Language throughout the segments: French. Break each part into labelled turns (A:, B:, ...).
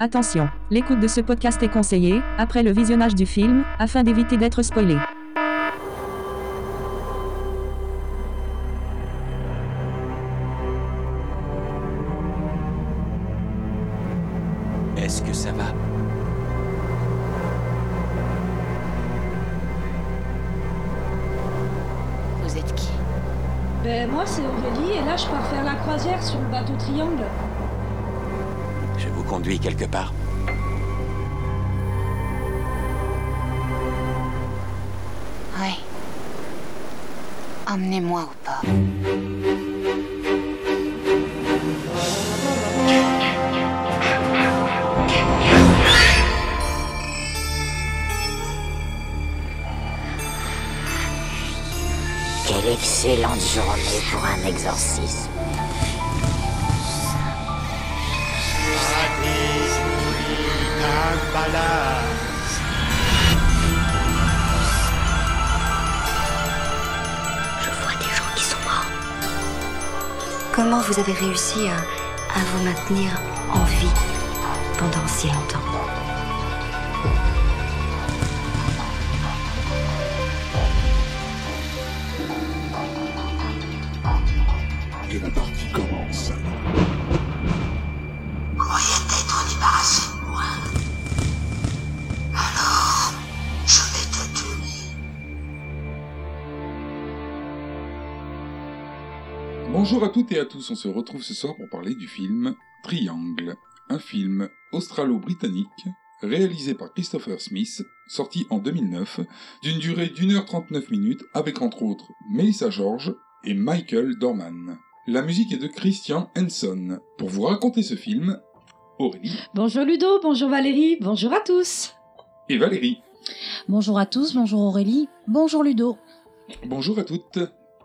A: Attention, l'écoute de ce podcast est conseillée, après le visionnage du film, afin d'éviter d'être spoilé.
B: Est-ce que ça va
C: Vous êtes qui
D: Ben moi c'est Aurélie et là je pars faire la croisière sur le bateau triangle.
B: Je vous conduis quelque part
C: Oui. Emmenez-moi au port.
E: Quelle excellente journée pour un exorcisme.
C: Je vois des gens qui sont morts. Comment vous avez réussi à, à vous maintenir en vie pendant si longtemps
F: Et la partie commence.
G: croyais t'être débarrassé de moi. Alors, je vais te tuer.
F: Bonjour à toutes et à tous, on se retrouve ce soir pour parler du film Triangle, un film australo-britannique réalisé par Christopher Smith, sorti en 2009, d'une durée d'1h39 minutes avec entre autres Melissa George et Michael Dorman. La musique est de Christian Henson. Pour vous raconter ce film, Aurélie
D: Bonjour Ludo, bonjour Valérie, bonjour à tous.
F: et Valérie.
H: Bonjour à tous, bonjour Aurélie, bonjour Ludo.
F: Bonjour à toutes.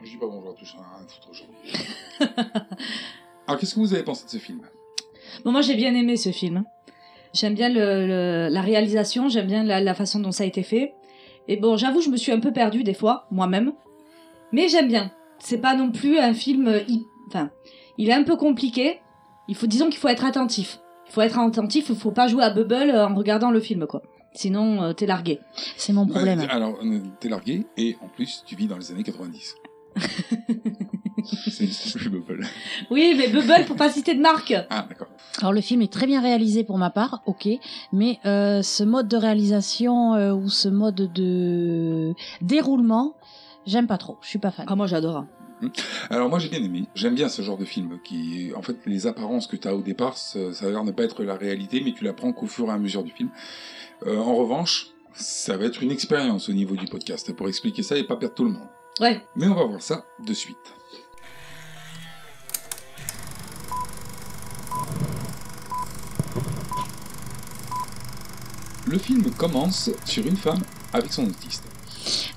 F: Je dis pas bonjour à tous, j'en ai rien à foutre aujourd'hui. Alors qu'est-ce que vous avez pensé de ce film
D: Bon moi j'ai bien aimé ce film. J'aime bien le- le- la réalisation, j'aime bien la, la façon dont ça a été fait. Et bon j'avoue je me suis un peu perdue des fois, moi-même. Mais j'aime bien. C'est pas non plus un film... euh, hy- Enfin, il est un peu compliqué. Il faut, disons qu'il faut être attentif. Il faut être attentif, il faut pas jouer à Bubble euh, en regardant le film quoi. Sinon euh, t'es largué.
H: C'est mon problème.
F: Ouais, alors, euh, t'es largué et en plus, tu vis dans les années 90. C'est c'est plus Bubble.
D: Oui, mais Bubble pour pas citer de marque.
F: Ah, d'accord.
H: Alors le film est très bien réalisé pour ma part, ok, mais euh, ce mode de réalisation euh, ou ce mode de déroulement, j'aime pas trop, je suis pas fan.
D: Ah moi j'adore.
F: Alors, moi, j'ai bien aimé. J'aime bien ce genre de film qui, en fait, les apparences que t'as au départ, ça, ça a l'air de ne pas être la réalité, mais tu l'apprends qu'au fur et à mesure du film. Euh, en revanche, ça va être une expérience au niveau du podcast pour expliquer ça et pas perdre tout le monde.
D: Ouais.
F: Mais on va voir ça de suite. Le film commence sur une femme avec son autiste.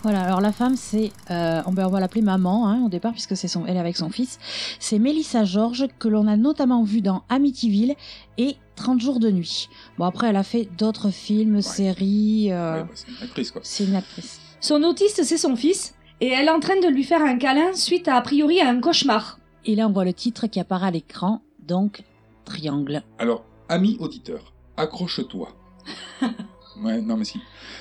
H: Voilà, alors la femme c'est, euh, on, ben, on va l'appeler maman hein, au départ puisque c'est son, elle est avec son fils, c'est Mélissa Georges que l'on a notamment vue dans Amityville et 30 jours de nuit. Bon après elle a fait d'autres films, séries,
F: Ouais,
H: euh,
F: bah, c'est une actrice, quoi.
H: c'est une actrice.
D: Son autiste, c'est son fils, et elle est en train de lui faire un câlin suite à, a priori à un cauchemar.
H: Et là on voit le titre qui apparaît à l'écran, donc Triangle.
F: Alors, ami auditeur, accroche-toi. ouais, non, mais si.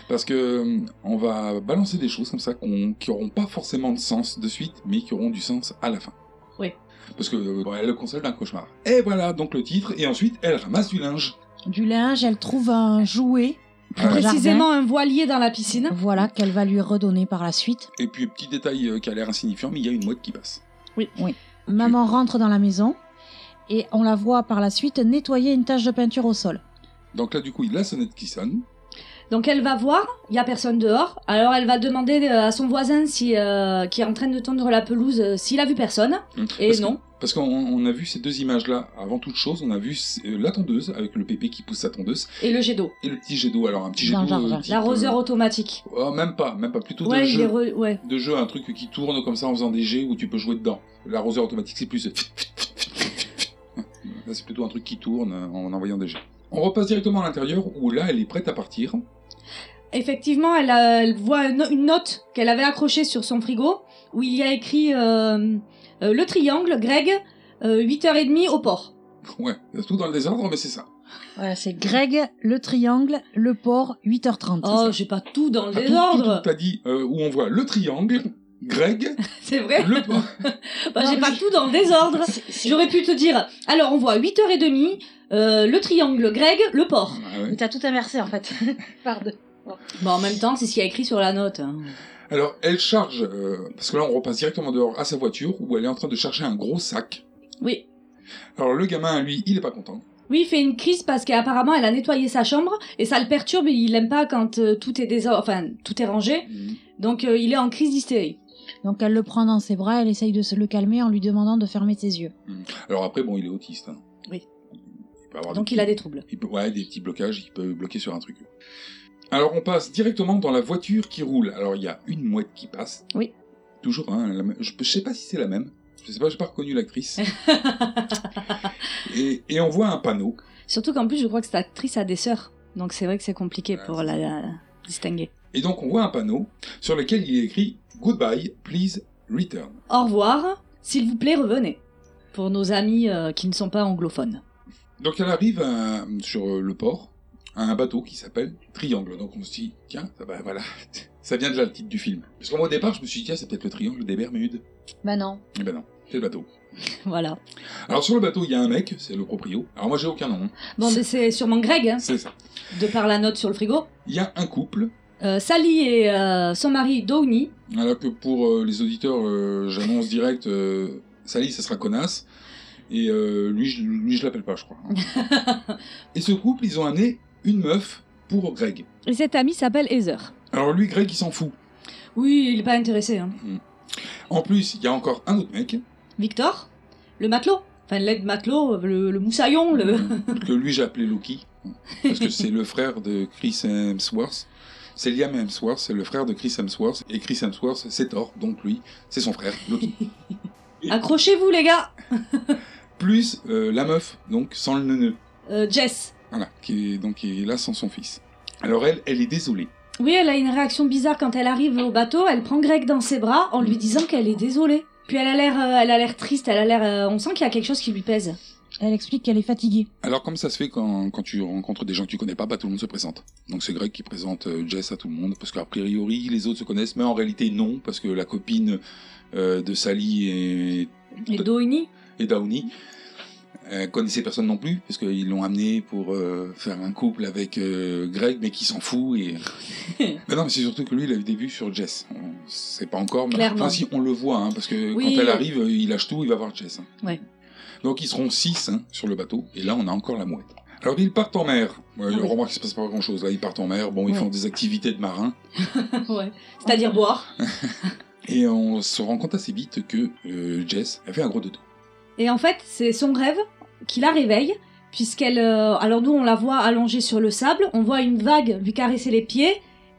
F: Parce que euh, on va balancer des choses comme ça qu'on- qui n'auront pas forcément de sens de suite, mais qui auront du sens à la fin.
D: Oui.
F: Parce que euh, bon, elle le console d'un cauchemar. Et voilà donc le titre, et ensuite elle ramasse du linge.
H: du linge, elle trouve un jouet.
F: Ouais.
H: dans le
D: Précisément un voilier dans la piscine.
H: jardin. Voilà, qu'elle va lui redonner par la suite.
F: Et puis, petit détail euh, qui a l'air insignifiant, mais il y a une mouette qui passe.
H: Maman rentre dans la maison et on la voit par la suite nettoyer une tache de peinture au sol.
F: Donc là, du coup, il y a la sonnette qui sonne.
D: Donc elle va voir, il y a personne dehors. Alors elle va demander euh, à son voisin si, euh, qui est en train de tondre la pelouse euh, s'il a vu personne.
F: Hum,
D: Et
F: parce que-
D: non.
F: parce qu'on on a vu ces deux images-là, avant toute chose, on a vu euh, la tondeuse, avec le pépé qui pousse sa tondeuse,
D: Et le jet d'eau.
F: et le petit jet d'eau. Alors, un petit jet
H: Dans le
F: d'eau.
H: jardin.
F: euh, type,
D: L'arroseur
F: euh,
D: automatique.
F: Oh, même pas, même pas. Plutôt de,
D: Ouais, il est
F: jeu,
D: re- ouais.
F: de jeu, un truc qui tourne comme ça en faisant des jets où tu peux jouer dedans. L'arroseur automatique, c'est plus. là, c'est plutôt un truc qui tourne euh, en envoyant des jets. On repasse directement à l'intérieur où là, elle est prête à partir.
D: Effectivement, elle, a- elle voit un o- une note qu'elle avait accrochée sur son frigo où il y a écrit euh, euh, le triangle, Greg, euh, 8h30 au port.
F: Ouais, tout dans le désordre, mais c'est ça.
H: Voilà, c'est Greg, le triangle, le port, 8h30.
D: Oh, j'ai pas tout dans le
F: T'as tout- tout- tout-
D: désordre.
F: T'as dit euh, où on voit le triangle, Greg,
D: C'est vrai.
F: le port.
D: Bah,
H: Non,
D: j'ai
H: mais
D: pas
H: je-
D: tout dans le désordre. J'aurais pu te dire. Alors, on voit 8h30, euh, le triangle grec, le port.
F: Ah ouais.
H: T'as tout inversé en fait. Pardon.
D: Bon, en même temps, c'est ce qu'il y a écrit sur la note. hein.
F: Alors, elle charge, euh, parce que là, on repasse directement dehors à sa voiture, où elle est en train de charger un gros sac.
D: Oui.
F: Alors, le gamin, lui, il est pas content.
D: Oui, il fait une crise parce qu'apparemment, elle a nettoyé sa chambre et ça le perturbe. et Il aime pas quand euh, tout est désor... enfin, tout est rangé. Donc, euh, il est en crise d'hystérie.
H: Donc elle le prend dans ses bras, elle essaye de se le calmer en lui demandant de fermer ses yeux.
F: Alors après, bon, il est autiste. hein.
D: Oui.
F: Il peut avoir
D: Donc,
F: des
D: il a
F: petits-
D: des troubles.
F: il peut- ouais, des petits blocages, il peut bloquer sur un truc. Alors, on passe directement dans la voiture qui roule. Alors, il y a une mouette qui passe.
D: Oui.
F: Toujours, hein, la même- je, je sais pas si c'est la même. Je sais pas, j'ai pas reconnu l'actrice. et, et on voit un panneau.
D: Surtout qu'en plus, je crois que cette actrice a des sœurs. Donc, c'est vrai que c'est compliqué pour la, la- distinguer.
F: Et donc, on voit un panneau sur lequel il est écrit Goodbye, please return.
D: Au revoir. S'il vous plaît, revenez. Pour nos amis euh, qui ne sont pas anglophones.
F: Donc elle arrive à- sur euh, le port, à un bateau qui s'appelle Triangle. Donc on se dit, tiens, ça, va, voilà, ça vient de là le titre du film. Parce que moi au départ, je me suis dit, tiens, c'est peut-être le Triangle des Bermudes.
H: Bah non.
F: Eh ben non, c'est le bateau.
D: voilà.
F: Alors sur le bateau, il y a un mec, c'est le proprio. Alors moi j'ai aucun nom, hein.
D: Bon, mais c'est sûrement Greg, hein,
F: c'est ça.
D: de par la note sur le frigo.
F: Il y a un couple,
D: Euh, Sally et euh, son mari Downey.
F: alors que pour euh, les auditeurs, euh, j'annonce direct, euh, Sally, ça sera connasse. Et euh, lui, je, lui, je l'appelle pas, je crois. hein. et ce couple, ils ont amené une meuf pour Greg.
D: Et cet ami s'appelle Heather.
F: Alors lui, Greg, il s'en fout.
D: Oui, il est pas intéressé. hein.
F: En plus, il y a encore un autre mec,
D: Victor, le matelot. Enfin, l'aide matelot, le, le moussaillon, le.
F: euh, que lui j'ai appelé Loki, parce que c'est le frère de Chris Hemsworth. C'est Liam Hemsworth, c'est le frère de Chris Hemsworth, et Chris Hemsworth, c'est Thor, donc lui, c'est son frère, Loki.
D: Accrochez-vous, les gars
F: Plus euh, la meuf, donc sans le neuneu,
D: Euh, Jess.
F: voilà, qui est, donc, qui est là sans son fils. Alors elle, elle est désolée.
D: Oui, elle a une réaction bizarre quand elle arrive au bateau. Elle prend Greg dans ses bras en lui disant qu'elle est désolée. Puis elle a l'air, euh, elle a l'air triste. Elle a l'air, euh, on sent qu'il y a quelque chose qui lui pèse.
H: Elle explique qu'elle est fatiguée.
F: Alors comme ça se fait quand, quand tu rencontres des gens que tu connais pas, bah tout le monde se présente. Donc c'est Greg qui présente euh, Jess à tout le monde, parce qu'a priori les autres se connaissent, mais en réalité non, parce que la copine euh, de Sally est
D: Et Downey,
F: et Downey euh, connaissait personne non plus, parce qu'ils l'ont amené pour euh, faire un couple avec euh, Greg, mais qui s'en fout. Et... mais non, mais c'est surtout que lui, il a eu des vues sur Jess. On sait pas encore, mais
D: Clairement.
F: enfin, si, on le voit, hein, parce que
D: Oui.
F: quand elle arrive, euh, il lâche tout, il va voir Jess. hein.
D: Ouais.
F: Donc ils seront 6 sur le bateau, et là, on a encore la mouette. Alors ils partent en mer. Ouais,
D: Ah oui.
F: Remarque, il se passe pas grand chose. Là, ils partent en mer. Bon, ils
H: Ouais.
F: font des activités de marins.
D: ouais. c'est-à-dire boire.
F: Et on se rend compte assez vite que euh, Jess, elle fait un gros dodo.
D: Et en fait, c'est son rêve qui la réveille, puisqu'elle. euh, alors nous, on la voit allongée sur le sable. On voit une vague lui caresser les pieds.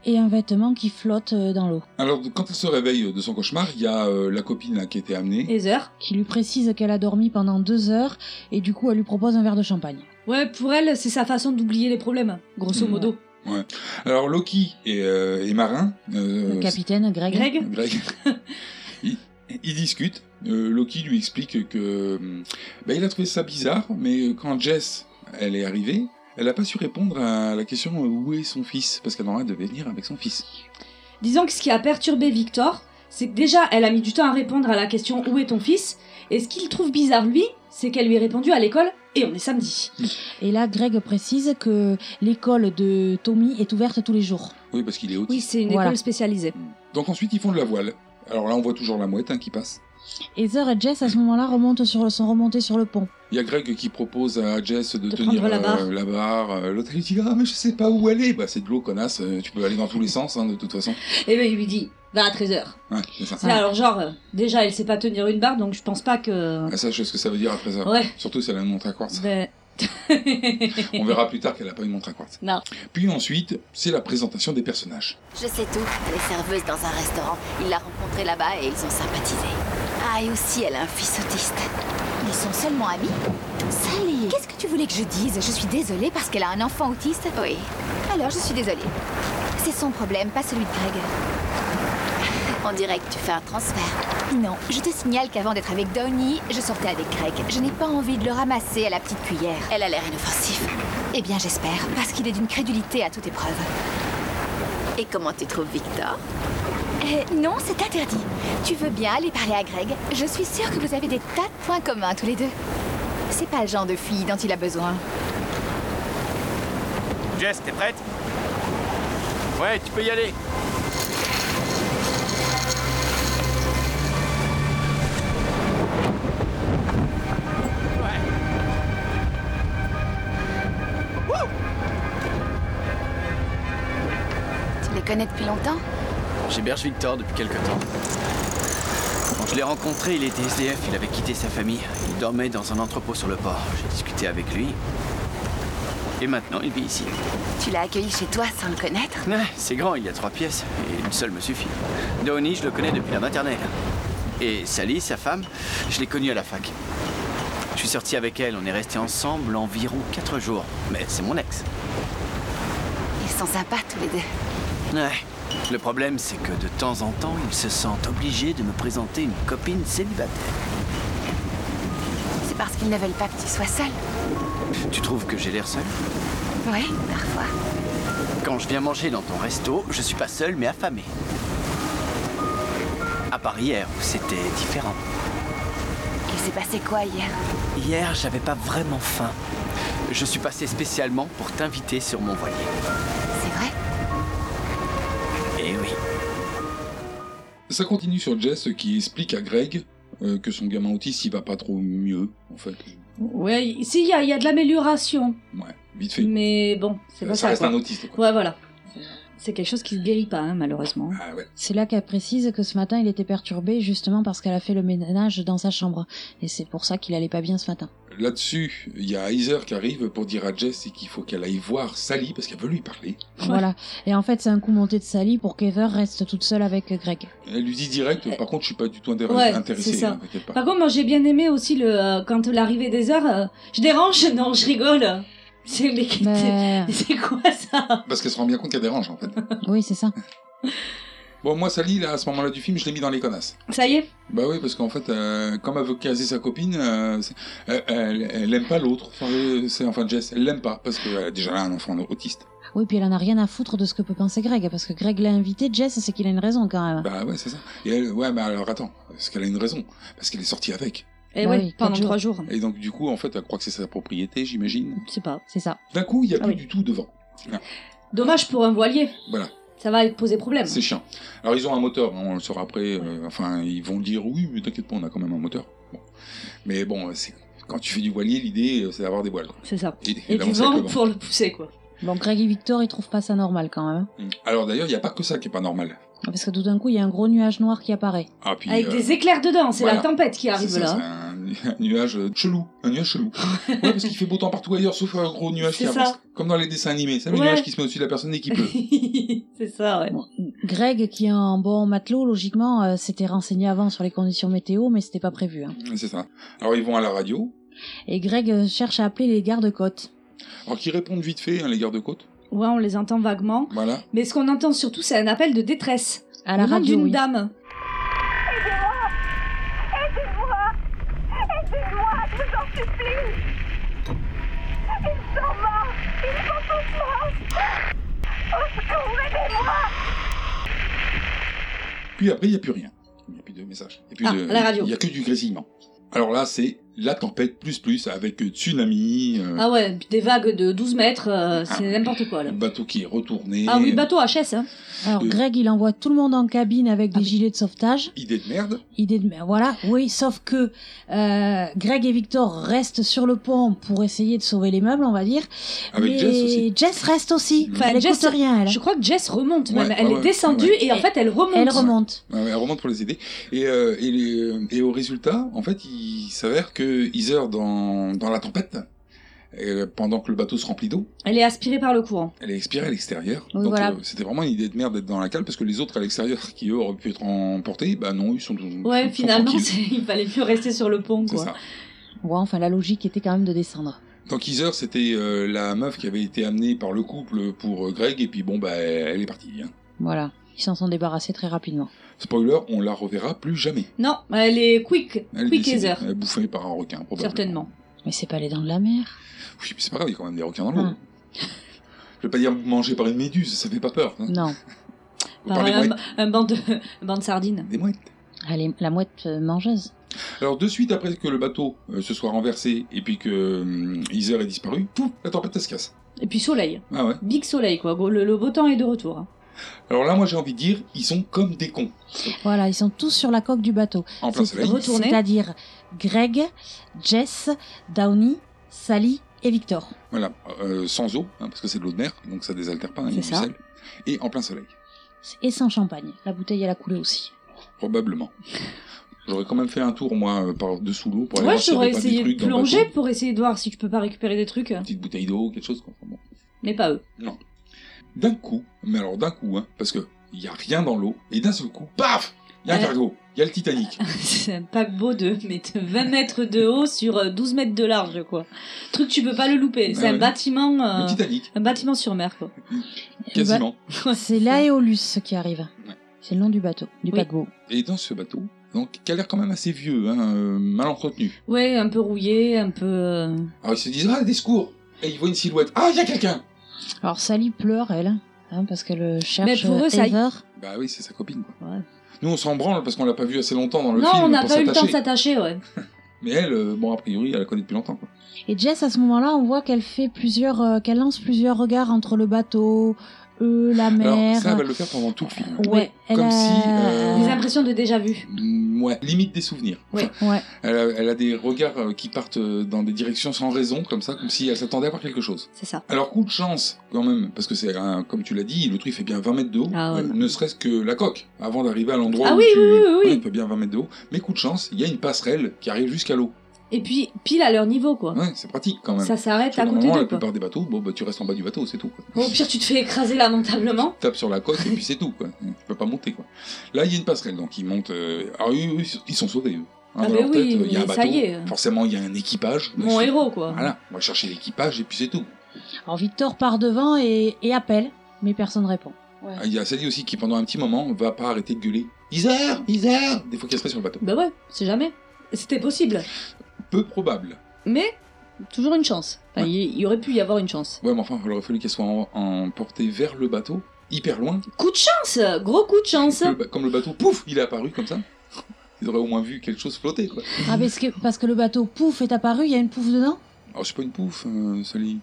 H: Et un vêtement qui flotte euh, dans l'eau.
F: Alors, quand elle se réveille de son cauchemar, il y a euh, la copine là, qui a été amenée.
D: Heather.
H: Qui lui précise qu'elle a dormi pendant deux heures et du coup elle lui propose un verre de champagne.
D: Ouais, pour elle, c'est sa façon d'oublier les problèmes, grosso
F: Mmh.
D: modo.
F: Alors, Loki et, euh, et Marin, euh,
H: le capitaine Greg.
D: Greg
F: Greg, ils, ils discutent. Euh, Loki lui explique que hum, bah, il a trouvé ça bizarre, mais quand Jess elle est arrivée, elle n'a pas su répondre à la question euh, où est son fils, parce qu'elle normalement elle devait venir avec son fils.
D: Disons que ce qui a perturbé Victor, c'est que déjà, elle a mis du temps à répondre à la question Où est ton fils Et ce qu'il trouve bizarre, lui, c'est qu'elle lui ait répondu à l'école et on est samedi.
H: Et là Greg précise que l'école de Tommy est ouverte tous les jours.
F: Oui, parce qu'il est autiste.
D: Oui, c'est une
H: Voilà.
D: école spécialisée.
F: Donc ensuite, ils font de la voile. Alors là, on voit toujours la mouette hein, qui passe.
H: Heather et Jess à ce moment-là remontent sur, sont remontés sur le pont.
F: Il y a Greg qui propose à Jess de,
D: De
F: tenir
D: prendre la
F: euh,
D: barre.
F: la barre. Euh, L'autre elle lui dit Ah, mais je sais pas où aller. Bah, c'est de l'eau, connasse. Euh, Tu peux aller dans tous les sens, hein, de toute façon.
D: Et ben il lui dit Va à 13h.
F: Ouais, c'est ça.
D: Alors, genre, euh, déjà, elle sait pas tenir une barre, donc je pense pas que.
F: Elle sache ce que Ah, ça veut dire après ça.
D: Ouais.
F: Surtout si elle a une montre à quartz.
D: ben-
F: On verra plus tard qu'elle a pas une montre à quartz.
D: Non.
F: Puis ensuite, c'est la présentation des personnages.
E: Je sais tout. Elle est serveuse dans un restaurant. Il l'a rencontrée là-bas et ils ont sympathisé. Ah, et aussi, elle a un fils autiste. Ils sont seulement amis Sally Qu'est-ce que tu voulais que je dise Je suis désolée parce qu'elle a un enfant autiste. Oui. Alors, je suis désolée. C'est son problème, pas celui de Greg. On dirait que tu fais un transfert. Non, je te signale qu'avant d'être avec Donnie, je sortais avec Greg. Je n'ai pas envie de le ramasser à la petite cuillère. Elle a l'air inoffensive. Eh bien, j'espère, parce qu'il est d'une crédulité à toute épreuve. Et comment tu trouves Victor Eh, Non, c'est interdit. Tu veux bien aller parler à Greg Je suis sûre que vous avez des tas de points communs tous les deux. C'est pas le genre de fille dont il a besoin.
I: Jess, t'es prête Ouais, tu peux y aller.
E: Tu les connais depuis longtemps
I: J'héberge Victor depuis quelque temps. Quand je l'ai rencontré, il était SDF, il avait quitté sa famille. Il dormait dans un entrepôt sur le port. J'ai discuté avec lui. Et maintenant, il vit ici.
E: Tu l'as accueilli chez toi sans le connaître
I: Ouais, c'est grand, il y a trois pièces, et une seule me suffit. Downey, je le connais depuis la maternelle. Et Sally, sa femme, je l'ai connue à la fac. Je suis sorti avec elle, on est restés ensemble environ quatre jours. Mais c'est mon ex.
E: Ils sont sympas tous les deux.
I: Ouais. Le problème, c'est que de temps en temps, ils se sentent obligés de me présenter une copine célibataire.
E: C'est parce qu'ils ne veulent pas que tu sois seule.
I: Tu trouves que j'ai l'air seul
E: Oui, parfois.
I: Quand je viens manger dans ton resto, je suis pas seul, mais affamé. À part hier, où c'était différent.
E: Il s'est passé quoi hier
I: Hier, j'avais pas vraiment faim. Je suis passé spécialement pour t'inviter sur mon voilier.
E: C'est vrai
I: Eh oui.
F: Ça continue sur Jess qui explique à Greg euh, que son gamin autiste il va pas trop mieux, en fait.
D: Ouais, y- si, il y a, il y a de l'amélioration.
F: Ouais, vite fait.
D: Mais bon, Mm, c'est
F: Euh,
D: pas
F: ça,
D: ça.
F: reste
D: quoi.
F: un autiste, quoi.
D: Ouais, voilà. C'est quelque chose qui se guérit pas, hein, malheureusement.
F: Ah ouais.
H: C'est là qu'elle précise que ce matin, il était perturbé justement parce qu'elle a fait le ménage dans sa chambre. Et c'est pour ça qu'il allait pas bien ce matin.
F: Là-dessus, il y a Heiser qui arrive pour dire à Jess qu'il faut qu'elle aille voir Sally parce qu'elle veut lui parler.
H: Voilà. Et en fait, c'est un coup monté de Sally pour qu'Ever reste toute seule avec Greg.
F: Elle lui dit direct, par contre, je suis pas du tout intér-
D: Euh, Ouais, c'est
F: intéressé,
D: ça.
F: hein, t'inquiète pas.
D: Par contre, moi j'ai bien aimé aussi le euh, quand l'arrivée des heures. euh, je dérange Non, je rigole. C'est mais qu'est-
H: Mais...
D: c'est quoi ça
F: Parce qu'elle se rend bien compte qu'elle dérange, en fait.
H: Ben, oui, c'est ça.
F: bon, moi, Sally, là, à ce moment-là du film, je l'ai mis dans les connasses.
D: Ça y est.
F: Bah oui, parce qu'en fait, euh, comme elle veut caser sa copine, euh, c'est- elle, elle- elle aime pas l'autre. Enfin, euh, c'est- enfin, Jess, elle l'aime pas parce qu'elle a déjà un enfant autiste.
H: Oui, puis elle en a rien à foutre de ce que peut penser Greg. Parce que Greg l'a invité, Jess, c'est qu'il a une raison quand même.
F: Bah ouais, c'est ça. Et elle, ouais, bah alors attends, parce qu'elle a une raison, parce qu'elle est sortie avec.
D: Et
H: Bah
D: Eh ouais,
H: oui, quatre
D: pendant
H: jours.
D: trois jours.
F: Et donc, du coup, en fait, elle croit que c'est sa propriété, j'imagine.
D: Je sais pas.
H: C'est ça.
F: D'un coup, il y a
D: Ah
F: plus
D: oui.
F: du tout devant.
D: Dommage pour un voilier.
F: Voilà.
D: Ça va poser problème.
F: C'est chiant. Alors ils ont un moteur, hein, on le saura après. euh, enfin, ils vont dire oui, mais t'inquiète pas, on a quand même un moteur. Bon. Mais bon, euh, c'est quand tu fais du voilier, l'idée euh, c'est d'avoir des voiles. quoi.
D: C'est ça.
F: Et,
D: Et du
F: d'avancer avec
D: vent
F: le vent.
D: pour le pousser, quoi.
H: Bon, Greg et Victor, ils trouvent pas ça normal quand même.
F: Mm. Alors d'ailleurs, il n'y a pas que ça qui est pas normal.
H: Parce que tout d'un coup, il y a un gros nuage noir qui apparaît.
F: Ah puis.
D: Avec
F: euh,
D: des éclairs dedans, c'est
F: voilà.
D: la tempête qui
F: c'est
D: arrive
F: ça,
D: là.
F: c'est un, nu- un nuage euh, chelou, un nuage chelou. ouais, parce qu'il fait beau temps partout ailleurs, sauf un gros nuage qui
D: C'est ça.
F: avance, comme dans les dessins animés. C'est le
D: Ouais.
F: nuage qui se met au-dessus de la personne et qui pleut.
D: c'est ça, ouais.
H: Bon, Greg, qui est un bon matelot, logiquement, euh, s'était renseigné avant sur les conditions météo, mais c'était pas prévu. hein.
F: c'est ça. Alors ils vont à la radio,
H: Et Greg euh, cherche à appeler les gardes-côtes.
F: alors qu'ils répondent vite fait, hein, les gardes-côtes.
D: Ouais, on les entend vaguement.
F: Voilà.
D: Mais ce qu'on entend surtout, c'est un appel de détresse.
H: À la
D: Au nom
H: radio,
D: d'une
H: oui.
D: dame.
F: Puis après, il n'y a plus rien. Il n'y a plus de message. Il n'y a,
D: Ah,
F: plus de-
D: à la radio.
F: il y a que du grésillement. Alors là, c'est la tempête plus plus avec tsunami, euh,
D: Ah ouais, des vagues de 12 mètres, euh, c'est
F: Ah.
D: n'importe quoi là.
F: bateau qui est retourné,
D: Ah oui, bateau HS, hein.
H: Alors,
F: Euh.
H: Greg, il envoie tout le monde en cabine avec des
D: Ah oui.
H: gilets de sauvetage.
F: idée de merde.
H: Idée de... Voilà, oui, sauf que euh, Greg et Victor restent sur le pont pour essayer de sauver les meubles, on va dire.
F: Avec
H: mais
F: Jess aussi.
H: Jess reste aussi.
F: Enfin,
H: elle
D: Jess-
H: écoute rien, elle.
D: Je crois que Jess remonte même.
F: Ouais,
D: elle
F: ouais,
D: est
F: ouais,
D: descendue
F: ouais.
D: et en fait elle remonte.
H: Elle remonte.
F: Ouais, ouais, elle remonte pour les aider. Et, euh, et, les- et au résultat, en fait, il s'avère que Heather, dans, dans la tempête, euh, pendant que le bateau se remplit d'eau,
D: Elle est aspirée par le courant.
F: elle est expirée à l'extérieur.
H: Oui,
F: Donc
H: voilà.
F: euh, c'était vraiment une idée de merde d'être dans la cale parce que les autres à l'extérieur qui eux auraient pu être emportés, bah non, ils sont.
D: Ouais,
F: sont
D: finalement,
F: tranquilles.
D: c'est- il fallait mieux rester sur le pont
F: C'est
D: quoi.
F: ça.
H: Ouais, enfin, la logique était quand même de descendre.
F: Donc Heather, c'était euh, la meuf qui avait été amenée par le couple pour euh, Greg, et puis bon, bah, elle est partie. hein.
H: Voilà. Ils s'en sont débarrassés très rapidement.
F: Spoiler, on la reverra plus jamais.
D: Non, elle est quick,
F: Elle est
D: quick
F: décédée,
D: as her,
F: elle est bouffée par un requin, probablement.
D: certainement.
H: Mais c'est pas les dents de la mer.
F: Oui, mais c'est pas grave, il y a quand même des requins dans l'eau.
H: Ah.
F: Je vais pas dire mangé par une méduse, ça fait pas peur. hein.
H: Non.
F: Ou
D: Par
F: par les
D: un,
F: mouettes.
D: un banc de, un banc de sardines.
F: Des mouettes.
H: Elle est la mouette euh, mangeuse.
F: Alors, de suite après que le bateau euh, se soit renversé et puis que euh, Heather ait disparu, pouf, la tempête elle se casse.
D: Et puis soleil,
F: Ah ouais.
D: big soleil quoi, Gros, le, le beau temps est de retour. hein.
F: Alors là, moi j'ai envie de dire, ils sont comme des cons.
H: Voilà, ils sont tous sur la coque du bateau.
F: En plein
H: C'est-
F: soleil.
D: Retourner.
H: C'est-à-dire Greg, Jess, Downey, Sally et Victor.
F: Voilà, euh, sans eau, hein, parce que c'est de l'eau de mer, donc ça désaltère pas, hein, il y a
H: C'est
F: du
H: ça.
F: sel. Et en plein soleil,
H: Et sans champagne. La bouteille, elle a coulé aussi.
F: probablement. J'aurais quand même fait un tour, moi, euh, par dessous l'eau pour aller
D: ouais,
F: voir s'il y
D: j'aurais
F: avait pas des
D: essayé
F: trucs
D: de
F: dans le
D: plonger
F: bateau.
D: pour essayer de voir si je peux pas récupérer des trucs,
F: Une petite bouteille d'eau, quelque chose. quoi. Enfin, bon.
D: mais pas eux.
F: D'un coup, mais alors d'un coup, hein, parce que il y a rien dans l'eau, et d'un seul coup, paf Il y a un
D: Ouais.
F: cargo, il y a le Titanic.
D: C'est un paquebot de mais de 20 mètres de haut sur euh, 12 mètres de large, quoi. Truc, tu peux pas le louper. C'est
F: Ah
D: un
F: ouais.
D: bâtiment, euh,
F: Le Titanic,
D: un bâtiment sur mer, quoi.
F: quasiment.
H: Bah, C'est l'Aéolus qui arrive.
F: Ouais.
H: C'est le nom du bateau, du
D: Oui.
H: paquebot.
F: Et dans ce bateau, donc, qui a l'air quand même assez vieux, hein, euh, mal entretenu.
D: Ouais, un peu rouillé, un peu. euh,
F: Alors ils se disent, ah, des secours Et ils voient une silhouette. Ah, il y a quelqu'un
H: Alors Sally pleure, elle, hein, parce qu'elle cherche
D: Mais pour eux,
H: euh,
D: ça y-
H: Heather.
F: Bah oui, c'est sa copine, quoi.
D: Ouais.
F: Nous, on s'en branle parce qu'on l'a pas vu assez longtemps dans le
D: Non,
F: film
D: on n'a
F: pour
D: pas eu le temps de
F: s'attacher.
D: s'attacher, ouais.
F: Mais elle, euh, bon, a priori, elle la connaît depuis longtemps, quoi.
H: Et Jess, à ce moment-là, on voit qu'elle fait plusieurs, euh, qu'elle lance plusieurs regards entre le bateau, eux, la
F: Alors,
H: mer.
F: ça, elle va le faire pendant tout le film.
H: Ouais, elle
F: Comme
H: a-
F: si, euh,
D: Des impressions de déjà vu.
F: Mm, Ouais, limite des souvenirs.
D: Ouais.
H: Ouais.
F: Elle a, elle a des regards euh, qui partent euh, dans des directions sans raison, comme ça, comme si elle s'attendait à voir quelque chose.
D: C'est ça.
F: Alors, coup de chance, quand même, parce que c'est, un- comme tu l'as dit, le truc fait bien 20 mètres de haut,
D: Ah ouais.
F: euh, ne serait-ce que la coque, avant d'arriver à l'endroit
D: Ah
F: où
D: oui,
F: tu...
D: oui, oui, oui, oui.
F: Ouais, il fait bien 20 mètres de haut. Mais coup de chance, il y a une passerelle qui arrive jusqu'à l'eau.
D: Et puis, pile à leur niveau, quoi.
F: Ouais, c'est pratique, quand même.
D: Ça s'arrête à
F: Parce que
D: côté
F: normalement, la
D: d'eux, quoi. Oh,
F: plupart des bateaux, bon, bah, tu restes en bas du bateau, c'est tout. Quoi.
D: Au pire, tu te fais écraser lamentablement.
F: Tape sur la côte et puis c'est tout. Quoi. Tu peux pas monter. Quoi. Là, il y a une passerelle, donc ils montent. euh, Alors, eux, eux, ils sont sauvés, eux. Hein,
D: Ah
F: dans
D: bah
F: leur
D: oui,
F: tête, euh, il y a un
D: mais
F: bateau.
D: ça y est. hein.
F: Forcément, il y a un équipage.
D: Mon
F: Bah,
D: héros, quoi.
F: Voilà, on va chercher l'équipage et puis c'est tout.
H: Alors Victor part devant et, et appelle, mais personne répond.
F: Ah, Il y a Sally aussi qui, pendant un petit moment, va pas arrêter de gueuler. Isère Isère Des fois qu'elle serait sur le bateau.
D: Bah ouais, c'est jamais. C'était possible.
F: Peu probable.
D: Mais, toujours une chance. Enfin, il il y aurait pu y avoir une chance.
F: Ouais, mais enfin, il aurait fallu qu'elle soit en- emportée vers le bateau, hyper loin,
D: Coup de chance Gros coup de chance
F: Le ba- comme le bateau, pouf, il est apparu comme ça. Ils auraient au moins vu quelque chose flotter, quoi.
H: Ah, parce que, parce que le bateau pouf est apparu, il y a une pouf dedans
F: Alors, c'est pas une pouffe, euh, Sully.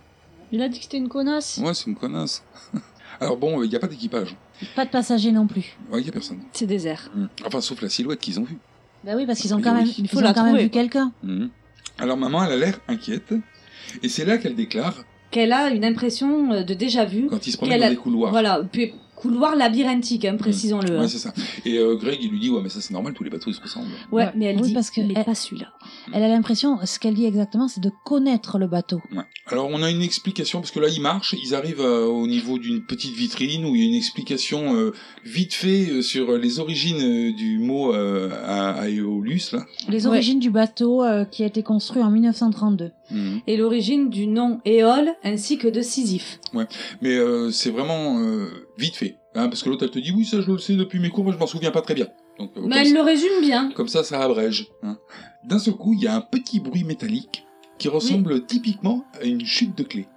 D: Il a dit que c'était une connasse.
F: Ouais, c'est une connasse. Alors, bon, il n'y a pas d'équipage.
H: Pas de passager non plus.
F: Ouais, il n'y a personne.
D: C'est désert.
F: Mm. Enfin, sauf la silhouette qu'ils ont vue.
H: Bah oui, parce qu'ils ont
F: Mais
H: quand
F: oui.
H: même,
D: Faut
H: ils
D: la
H: ont quand même
D: trouver,
H: vu
D: quoi.
H: quelqu'un.
F: Mm. Alors, maman, elle a l'air inquiète. Et c'est là qu'elle déclare,
D: Qu'elle a une impression euh, de déjà vu.
F: quand ils se promènent
D: Qu'elle
F: dans
D: a-
F: les couloirs.
D: Voilà, puis couloir labyrinthique, hein, précisons-le. hein.
F: Ouais, c'est ça. Et euh, Greg, il lui dit, ouais, mais ça, c'est normal, tous les bateaux, ils se ressemblent.
D: Ouais,
H: Ouais.
D: mais elle
H: Oui,
D: dit,
H: parce que
D: mais
H: elle-
D: pas celui-là.
H: Elle a l'impression, ce qu'elle dit exactement, c'est de connaître le bateau.
F: Ouais. Alors, on a une explication, parce que là, ils marchent, ils arrivent euh, au niveau d'une petite vitrine où il y a une explication euh, vite fait euh, sur les origines euh, du mot euh, à- à Aeolus, là.
H: Les
D: Ouais.
H: origines du bateau euh, qui a été construit en 1932.
F: Mhm.
D: Et l'origine du nom Éole ainsi que de Sisyphe.
F: Mais euh, c'est vraiment euh, vite fait. hein, parce que l'autre, elle te dit, oui, ça, je le sais depuis mes cours, mais je m'en souviens pas très bien. Donc,
D: Mais
F: euh, comme,
D: elle
F: ça,
D: le résume bien.
F: comme ça, ça abrège. hein. D'un seul coup, il y a un petit bruit métallique qui ressemble typiquement à une chute de clé.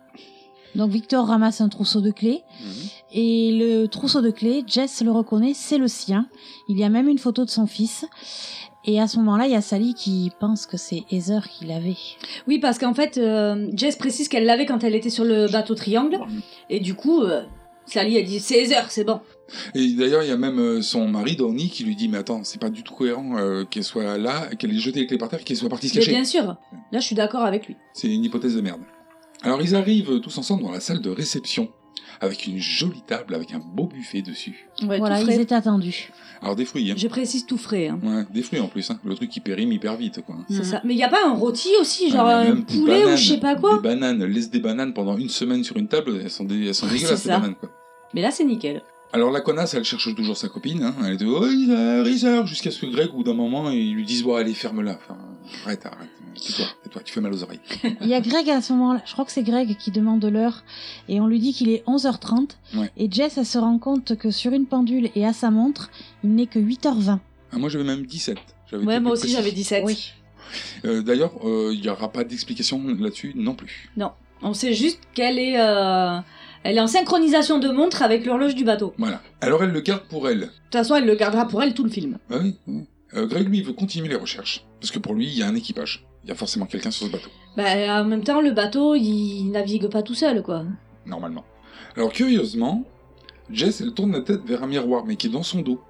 H: Donc Victor ramasse un trousseau de clés
D: Mhm.
H: et le trousseau de clés, Jess le reconnaît, c'est le sien. Il y a même une photo de son fils. Et à ce moment-là, il y a Sally qui pense que c'est Heather qui l'avait.
D: Oui, parce qu'en fait, euh, Jess précise qu'elle l'avait quand elle était sur le bateau Triangle. Et du coup, euh, Sally a dit, c'est Heather, c'est bon.
F: Et d'ailleurs, il y a même euh, son mari, Donny, qui lui dit, mais attends, c'est pas du tout cohérent euh, qu'elle soit là, qu'elle ait jeté les clés par terre, qu'elle soit partie se
D: Mais
F: cacher.
D: bien sûr, là je suis d'accord avec lui.
F: C'est une hypothèse de merde. Alors, ils arrivent euh, tous ensemble dans la salle de réception, avec une jolie table, avec un beau buffet dessus.
D: Ouais,
H: voilà,
D: tout frais.
H: ils étaient attendus.
F: Alors, des fruits, hein.
D: Je précise tout frais. hein.
F: Ouais, des fruits en plus, hein. Le truc qui périme hyper vite, quoi.
D: C'est
H: Mhm.
D: ça. Mais il y a pas un rôti aussi, genre
F: Ah, mais
D: un
F: même des
D: poulet ou
F: bananes,
D: je sais pas quoi
F: Des bananes, laisse des bananes pendant une semaine sur une table, elles sont, dé- elles sont
D: Ouais,
F: dégueulasses,
D: Ah, c'est
F: ces
D: ça.
F: bananes. Quoi.
D: Mais là c'est nickel.
F: Alors la connasse, elle cherche toujours sa copine, hein. elle est de Oh, Isère, Isère jusqu'à ce que Greg, au bout d'un moment, il lui dise Bon, allez, ferme-la. Enfin, arrête, arrête. Tais-toi, tais-toi, tu fais mal aux oreilles.
H: Il y a Greg à ce moment-là, je crois que c'est Greg qui demande l'heure et on lui dit qu'il est 11h30
F: Ouais.
H: et Jess elle se rend compte que sur une pendule et à sa montre, il n'est que 8h20.
F: Ah, moi, j'avais même 17. J'avais
D: Ouais,
F: été
D: moi
F: plus
D: aussi
F: précis.
D: j'avais 17.
F: Euh, D'ailleurs, euh, il n'y aura pas d'explication là-dessus non plus.
D: On sait juste qu'elle est, euh, elle est en synchronisation de montre avec l'horloge du bateau.
F: Voilà. Alors, elle le garde pour elle.
D: De toute façon, elle le gardera pour elle tout le film.
F: Ah oui. oui. Euh, Greg, lui, il veut continuer les recherches. Parce que pour lui, il y a un équipage. Il y a forcément quelqu'un sur ce bateau.
D: Bah, en même temps, le bateau, il navigue pas tout seul, quoi.
F: Normalement. Alors, curieusement, Jess, elle tourne la tête vers un miroir, mais qui est dans son dos.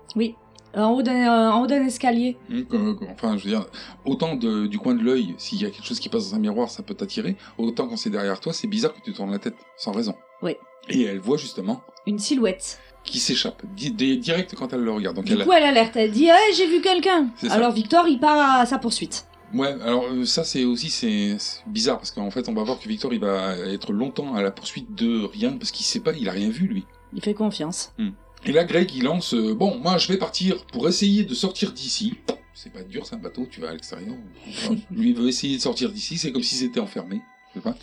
D: En haut d'un, euh, en haut d'un escalier.
F: Hum, comme- comme- Enfin, je veux dire, autant de- du coin de l'œil, s'il y a quelque chose qui passe dans un miroir, ça peut t'attirer. Autant quand c'est derrière toi, c'est bizarre que tu tournes la tête, sans raison.
D: Oui.
F: Et elle voit justement
D: Une silhouette.
F: qui s'échappe, di- di- direct quand elle le regarde. Donc
D: Du
F: elle-
D: coup, elle alerte. Elle dit Hey, j'ai vu quelqu'un
F: C'est ça.
D: Alors, Victor, il part à sa poursuite.
F: Ouais, alors euh, ça c'est aussi c'est c'est bizarre parce qu'en fait on va voir que Victor il va être longtemps à la poursuite de rien parce qu'il sait pas, il a rien vu lui.
D: Il fait confiance.
F: Et là Greg il lance euh, bon moi je vais partir pour essayer de sortir d'ici. C'est pas dur c'est un bateau, tu vas à l'extérieur. Enfin, lui il veut essayer de sortir d'ici, c'est comme s'ils étaient enfermés. je sais pas.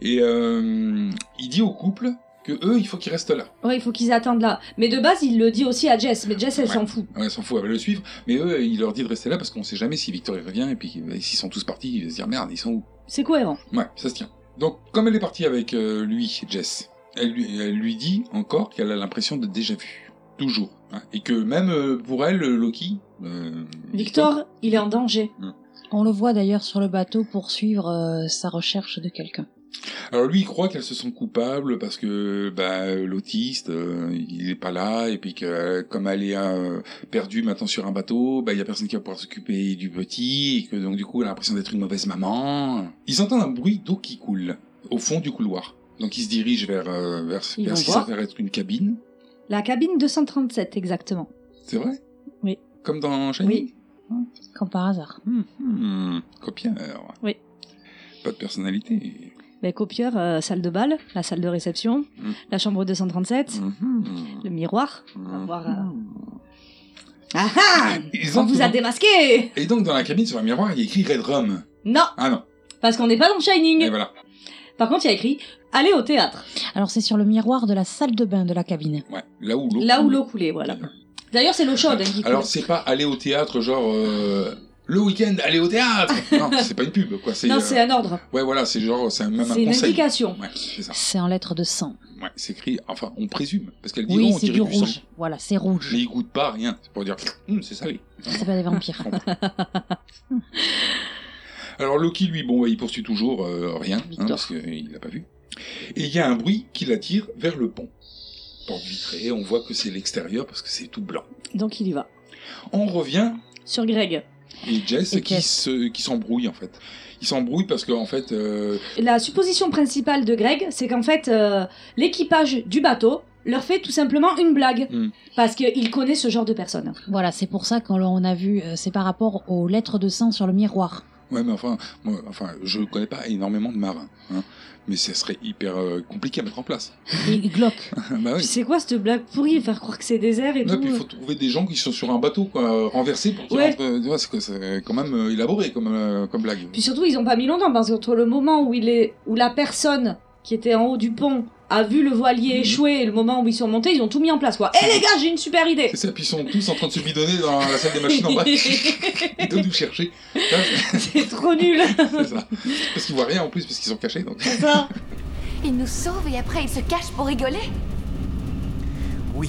F: Et euh, il dit au couple que eux il faut qu'ils restent là.
D: Ouais, il faut qu'ils attendent là. Mais de base, il le dit aussi à Jess. Mais Jess, elle
F: Ouais.
D: s'en fout.
F: Ah Ouais, s'en fout, elle va le suivre, mais eux il leur dit de rester là parce qu'on sait jamais si Victor il revient et puis euh, s'ils sont tous partis, ils vont se dire merde ils sont où
D: C'est cohérent.
F: Ouais, ça se tient. Donc, comme elle est partie avec euh, lui, Jess, elle lui, elle lui dit encore qu'elle a l'impression de déjà vu. Toujours. hein. Et que même euh, pour elle, euh, Loki. euh,
D: Victor, il est en danger.
H: On le voit d'ailleurs sur le bateau poursuivre euh, sa recherche de quelqu'un.
F: Alors lui, il croit qu'elle se sent coupable parce que bah, l'autiste, euh, il est pas là, et puis que euh, comme elle est euh, perdue maintenant sur un bateau, bah, il y a personne qui va pouvoir s'occuper du petit, et que donc du coup, elle a l'impression d'être une mauvaise maman. Ils entendent un bruit d'eau qui coule au fond du couloir. Donc ils se dirigent vers, euh, vers,
D: Ils
F: vers
D: vont
F: ce qui
D: voir.
F: s'avère être une cabine.
D: La cabine 237, exactement.
F: C'est vrai
D: Oui.
F: Comme dans Shining
D: Oui.
H: Comme par hasard.
F: Hmm, Copieur.
D: Oui.
F: Pas de personnalité.
D: Mais copieur, euh, salle de bal, la salle de réception,
F: Mm.
D: la chambre 237,
F: Mhm.
D: le miroir. On va
F: Mhm.
D: voir. Ah ah
F: Ils
D: On
F: entrent
D: vous a
F: dans-
D: démasqué
F: Et donc dans la cabine sur un miroir, il y a écrit Red Rum.
D: Non,
F: Ah non,
D: parce qu'on n'est pas dans Shining.
F: et voilà.
D: Par contre, il y a écrit Allez au théâtre,
H: Alors c'est sur le miroir de la salle de bain de la cabine.
F: Ouais. Là où l'eau.
D: là où l'eau coulait, voilà. D'ailleurs, c'est l'eau chaude hein, qui coule.
F: Alors c'est pas aller au théâtre genre euh, le week-end aller au théâtre. non, c'est pas une pub quoi. C'est,
D: non,
F: euh,
D: c'est un ordre,
F: Ouais voilà, c'est genre c'est même un
D: c'est une
F: conseil.
D: indication.
F: Ouais, c'est ça.
H: C'est en lettres de sang.
F: Ouais, c'est écrit. Enfin, on présume parce qu'elle dit
H: Oui,
F: oh, on
H: c'est
F: dirait
H: du
F: sang.
H: rouge. Voilà, c'est rouge.
F: Mais il goûte pas rien. C'est pour dire Hum, c'est salé.
H: C'est pas des vampires.
F: Alors Loki, lui, bon, bah, il poursuit toujours euh, rien, hein,
H: Victor.
F: parce qu'il l'a pas vu. Et il y a un bruit qui l'attire vers le pont. Porte vitrée, on voit que c'est l'extérieur parce que c'est tout blanc.
D: Donc il y va.
F: On revient
D: Sur Greg.
F: et Jess
H: Et
F: qui
H: Jess.
F: se, qui s'embrouille en fait. Il s'embrouille parce qu'en fait, euh,
D: La supposition principale de Greg, c'est qu'en fait, euh, l'équipage du bateau leur fait tout simplement une blague.
F: Mm.
D: Parce qu'il connaît ce genre de personnes.
H: voilà, c'est pour ça qu'on l'a- on a vu, euh, c'est par rapport aux lettres de sang sur le miroir.
F: ouais, mais enfin, moi, enfin, je connais pas énormément de marins, hein, mais ça serait hyper euh, compliqué à mettre en place.
H: Et Glock.
F: bah
D: Tu
F: oui.
D: sais quoi, cette blague pourrie, faire croire que c'est désert et
F: Ouais,
D: tout. euh.
F: puis il faut trouver des gens qui sont sur un bateau quoi, renversés pour qu'ils
D: Ouais.
F: rentrent, euh, tu vois, c'est que c'est quand même euh, élaboré comme, euh, comme blague.
D: Puis surtout, ils ont pas mis longtemps parce qu'entre le moment où il est, où la personne qui était en haut du pont a vu le voilier
F: Mhm.
D: échouer et le moment où ils sont montés, ils ont tout mis en place quoi. Eh les gars, j'ai une super idée.
F: C'est ça, puis ils sont tous en train de se bidonner dans la salle des machines en bas. Ils doivent nous chercher. Là,
D: C'est trop nul.
F: C'est ça. Parce qu'ils voient rien en plus, parce qu'ils sont cachés. Donc.
E: Il nous sauve et après il se cache pour rigoler
I: Oui.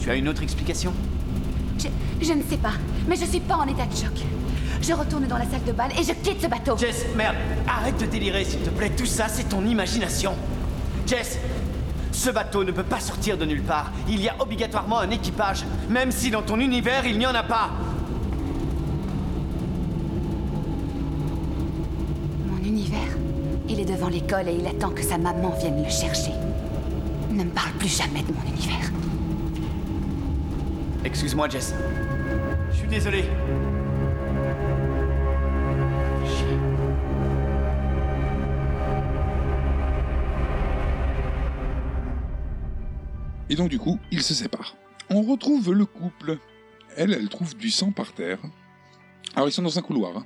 I: Tu as une autre explication
E: je, je ne sais pas, mais je suis pas en état de choc. Je retourne dans la salle de bal et je quitte ce bateau.
I: Jess, merde, arrête de délirer, s'il te plaît. Tout ça, c'est ton imagination. Jess, ce bateau ne peut pas sortir de nulle part. Il y a obligatoirement un équipage, même si dans ton univers, il n'y en a pas.
E: Mon univers, il est devant l'école et il attend que sa maman vienne le chercher. Ne me parle plus jamais de mon univers.
I: Excuse-moi, Jess. Je suis désolé.
F: Et donc, du coup, ils se séparent. On retrouve le couple. Elle, elle trouve du sang par terre. Alors ils sont dans un couloir. hein.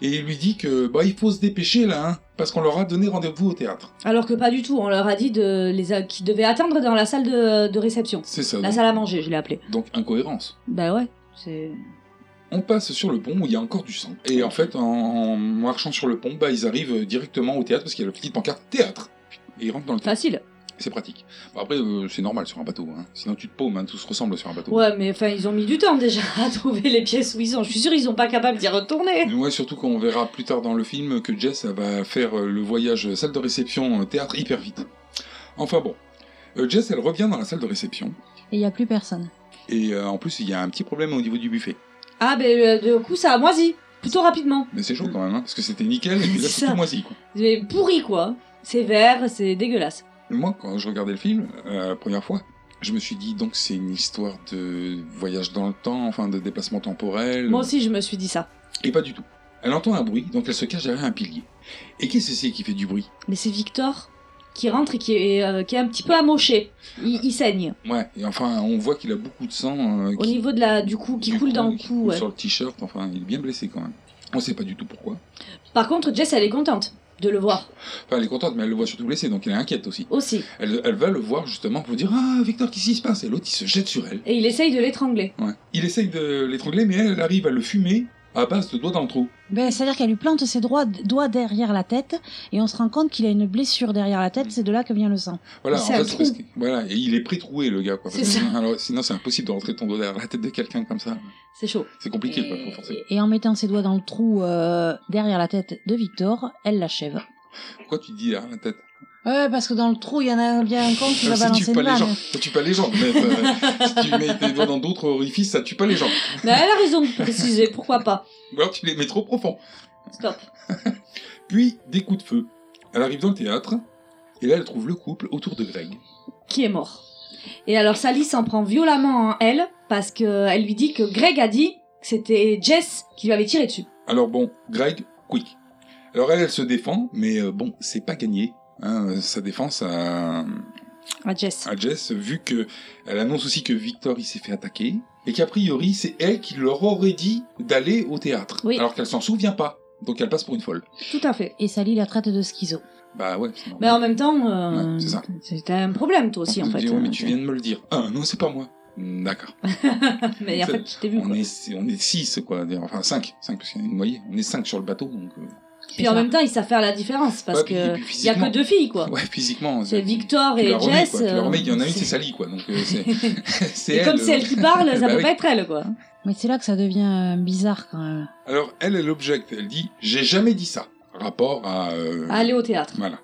F: Et il lui dit que bah il faut se dépêcher là, hein, parce qu'on leur a donné rendez-vous au théâtre.
D: Alors que pas du tout, on leur a dit de les a- qu'ils devaient attendre dans la salle de, de réception.
F: C'est ça.
D: La
F: donc-
D: salle à manger, je l'ai appelée.
F: donc incohérence.
D: Bah ouais, c'est...
F: On passe sur le pont où il y a encore du sang. Et en fait, en, en marchant sur le pont, bah, ils arrivent directement au théâtre parce qu'il y a la petite pancarte théâtre. Et ils rentrent dans le théâtre.
D: facile.
F: C'est pratique. Bon, après, euh, c'est normal sur un bateau. hein. Sinon, tu te paumes, hein, tout se ressemble sur un bateau.
D: Ouais, mais enfin, ils ont mis du temps déjà à trouver les pièces où ils sont. Je suis sûre ils sont pas capables d'y retourner.
F: Ouais, surtout qu'on verra plus tard dans le film que Jess elle va faire euh, le voyage euh, salle de réception euh, théâtre hyper vite. Enfin bon, Euh, Jess elle revient dans la salle de réception
H: Et il n'y a plus personne.
F: et euh, en plus il y a un petit problème au niveau du buffet.
D: Ah, ben, euh, du coup, ça a moisi. Plutôt rapidement.
F: Mais c'est chaud quand même, hein, parce que c'était nickel et puis là
D: C'est
F: c'est
D: ça.
F: tout moisi quoi.
D: Mais pourri, quoi. C'est vert, c'est dégueulasse.
F: Moi quand je regardais le film euh, la première fois, je me suis dit donc c'est une histoire de voyage dans le temps, enfin de déplacement temporel.
D: Moi aussi, je me suis dit ça.
F: Et pas du tout. Elle entend un bruit donc elle se cache derrière un pilier. Et qu'est-ce que c'est qui fait du bruit
D: Mais c'est Victor qui rentre et qui est, euh, qui est un petit peu amoché. Il, il saigne.
F: Ouais, et enfin on voit qu'il a beaucoup de sang. euh,
D: Au
F: qui-
D: niveau de la, du cou, qui
F: Du
D: coule dans le
F: qui
D: cou.
F: coule
D: ouais.
F: Sur le t-shirt, enfin, il est bien blessé quand même. On sait pas du tout pourquoi.
D: Par contre, Jess, elle est contente de le voir.
F: Enfin, elle est contente, mais elle le voit surtout blessé, donc elle est inquiète aussi.
D: Aussi.
F: Elle, elle va le voir justement pour dire Ah, Victor, qu'est-ce qui se passe Et l'autre, il se jette sur elle.
D: Et il essaye de l'étrangler.
F: Ouais. Il essaye de l'étrangler, mais elle, elle arrive à le fumer à base de doigts dans le trou.
H: Ben, C'est-à-dire qu'elle lui plante ses droits- doigts derrière la tête et on se rend compte qu'il a une blessure derrière la tête, c'est de là que vient le sang.
F: Voilà,
D: Mais c'est
F: en
D: un
F: fait,
D: trou.
F: parce que- voilà, et il est pré-troué, le gars. Quoi,
D: C'est
F: Parce que
D: ça.
F: sinon- alors, sinon, c'est impossible de rentrer ton doigt derrière la tête de quelqu'un comme ça.
D: C'est chaud.
F: C'est compliqué, quoi,
H: Et-
F: faut forcer.
H: Et en mettant ses doigts dans le trou euh, derrière la tête de Victor, elle l'achève.
F: Pourquoi tu dis derrière la tête
H: Ouais, parce que dans le trou, il y en a bien un con qui va
F: Ça
H: balancer
F: tue
H: une
F: pas les
H: balle.
F: gens. Ça tue pas les gens. Mais, euh, si tu mets tes doigts dans d'autres orifices, ça tue pas les gens.
D: Mais elle a raison de préciser, pourquoi pas.
F: Ou alors tu les mets trop profonds.
D: Stop.
F: Puis des coups de feu. Elle arrive dans le théâtre, et là elle trouve le couple autour de Greg.
D: qui est mort. Et alors Sally s'en prend violemment en elle parce que elle lui dit que Greg a dit que c'était Jess qui lui avait tiré dessus.
F: Alors bon, Greg, quick. Alors elle, elle se défend, mais euh, bon, c'est pas gagné. hein, euh, sa défense à,
D: Ah Jess.
F: à Jess, vu que elle annonce aussi que Victor il s'est fait attaquer, et qu'a priori c'est elle qui leur aurait dit d'aller au théâtre,
D: Oui.
F: alors qu'elle s'en souvient pas, donc elle passe pour une folle.
D: Tout à fait.
H: Et Sally la traite de schizo.
F: Bah ouais. c'est normal.
D: Mais en même temps, euh,
F: Ouais, c'est ça.
D: c'était un problème toi aussi en
F: Je
D: fait.
F: dis, ouais, oh, mais
D: Euh,
F: tu viens de me le dire. Ah non, c'est pas moi. Hmm, D'accord.
D: mais en fait, tu t'es vu
F: On
D: quoi.
F: est, on est six, quoi. Enfin, cinq. Cinq, parce qu'il y en a une noyée. On est cinq sur le bateau, donc... euh,
D: Puis en même temps, ils savent faire la différence parce
F: Ouais, puis-
D: que
F: puis
D: il y a
F: Bah, physiquement.
D: que deux filles quoi.
F: Ouais, physiquement. euh,
D: C'est Victor
F: tu
D: et
F: la remets,
D: Jess.
F: quoi, tu la
D: euh,
F: remets, il y en a une,
D: c'est-
F: c'est Sally, quoi. Donc, euh, c'est c'est
D: Et comme c'est elle qui parle, ça
F: Bah
D: peut
F: oui.
D: pas être elle quoi.
H: Mais c'est là que ça devient euh, bizarre quand même.
F: Alors, elle, elle objecte. Elle dit J'ai jamais dit ça. Rapport à. euh,
D: Aller au théâtre.
F: Voilà.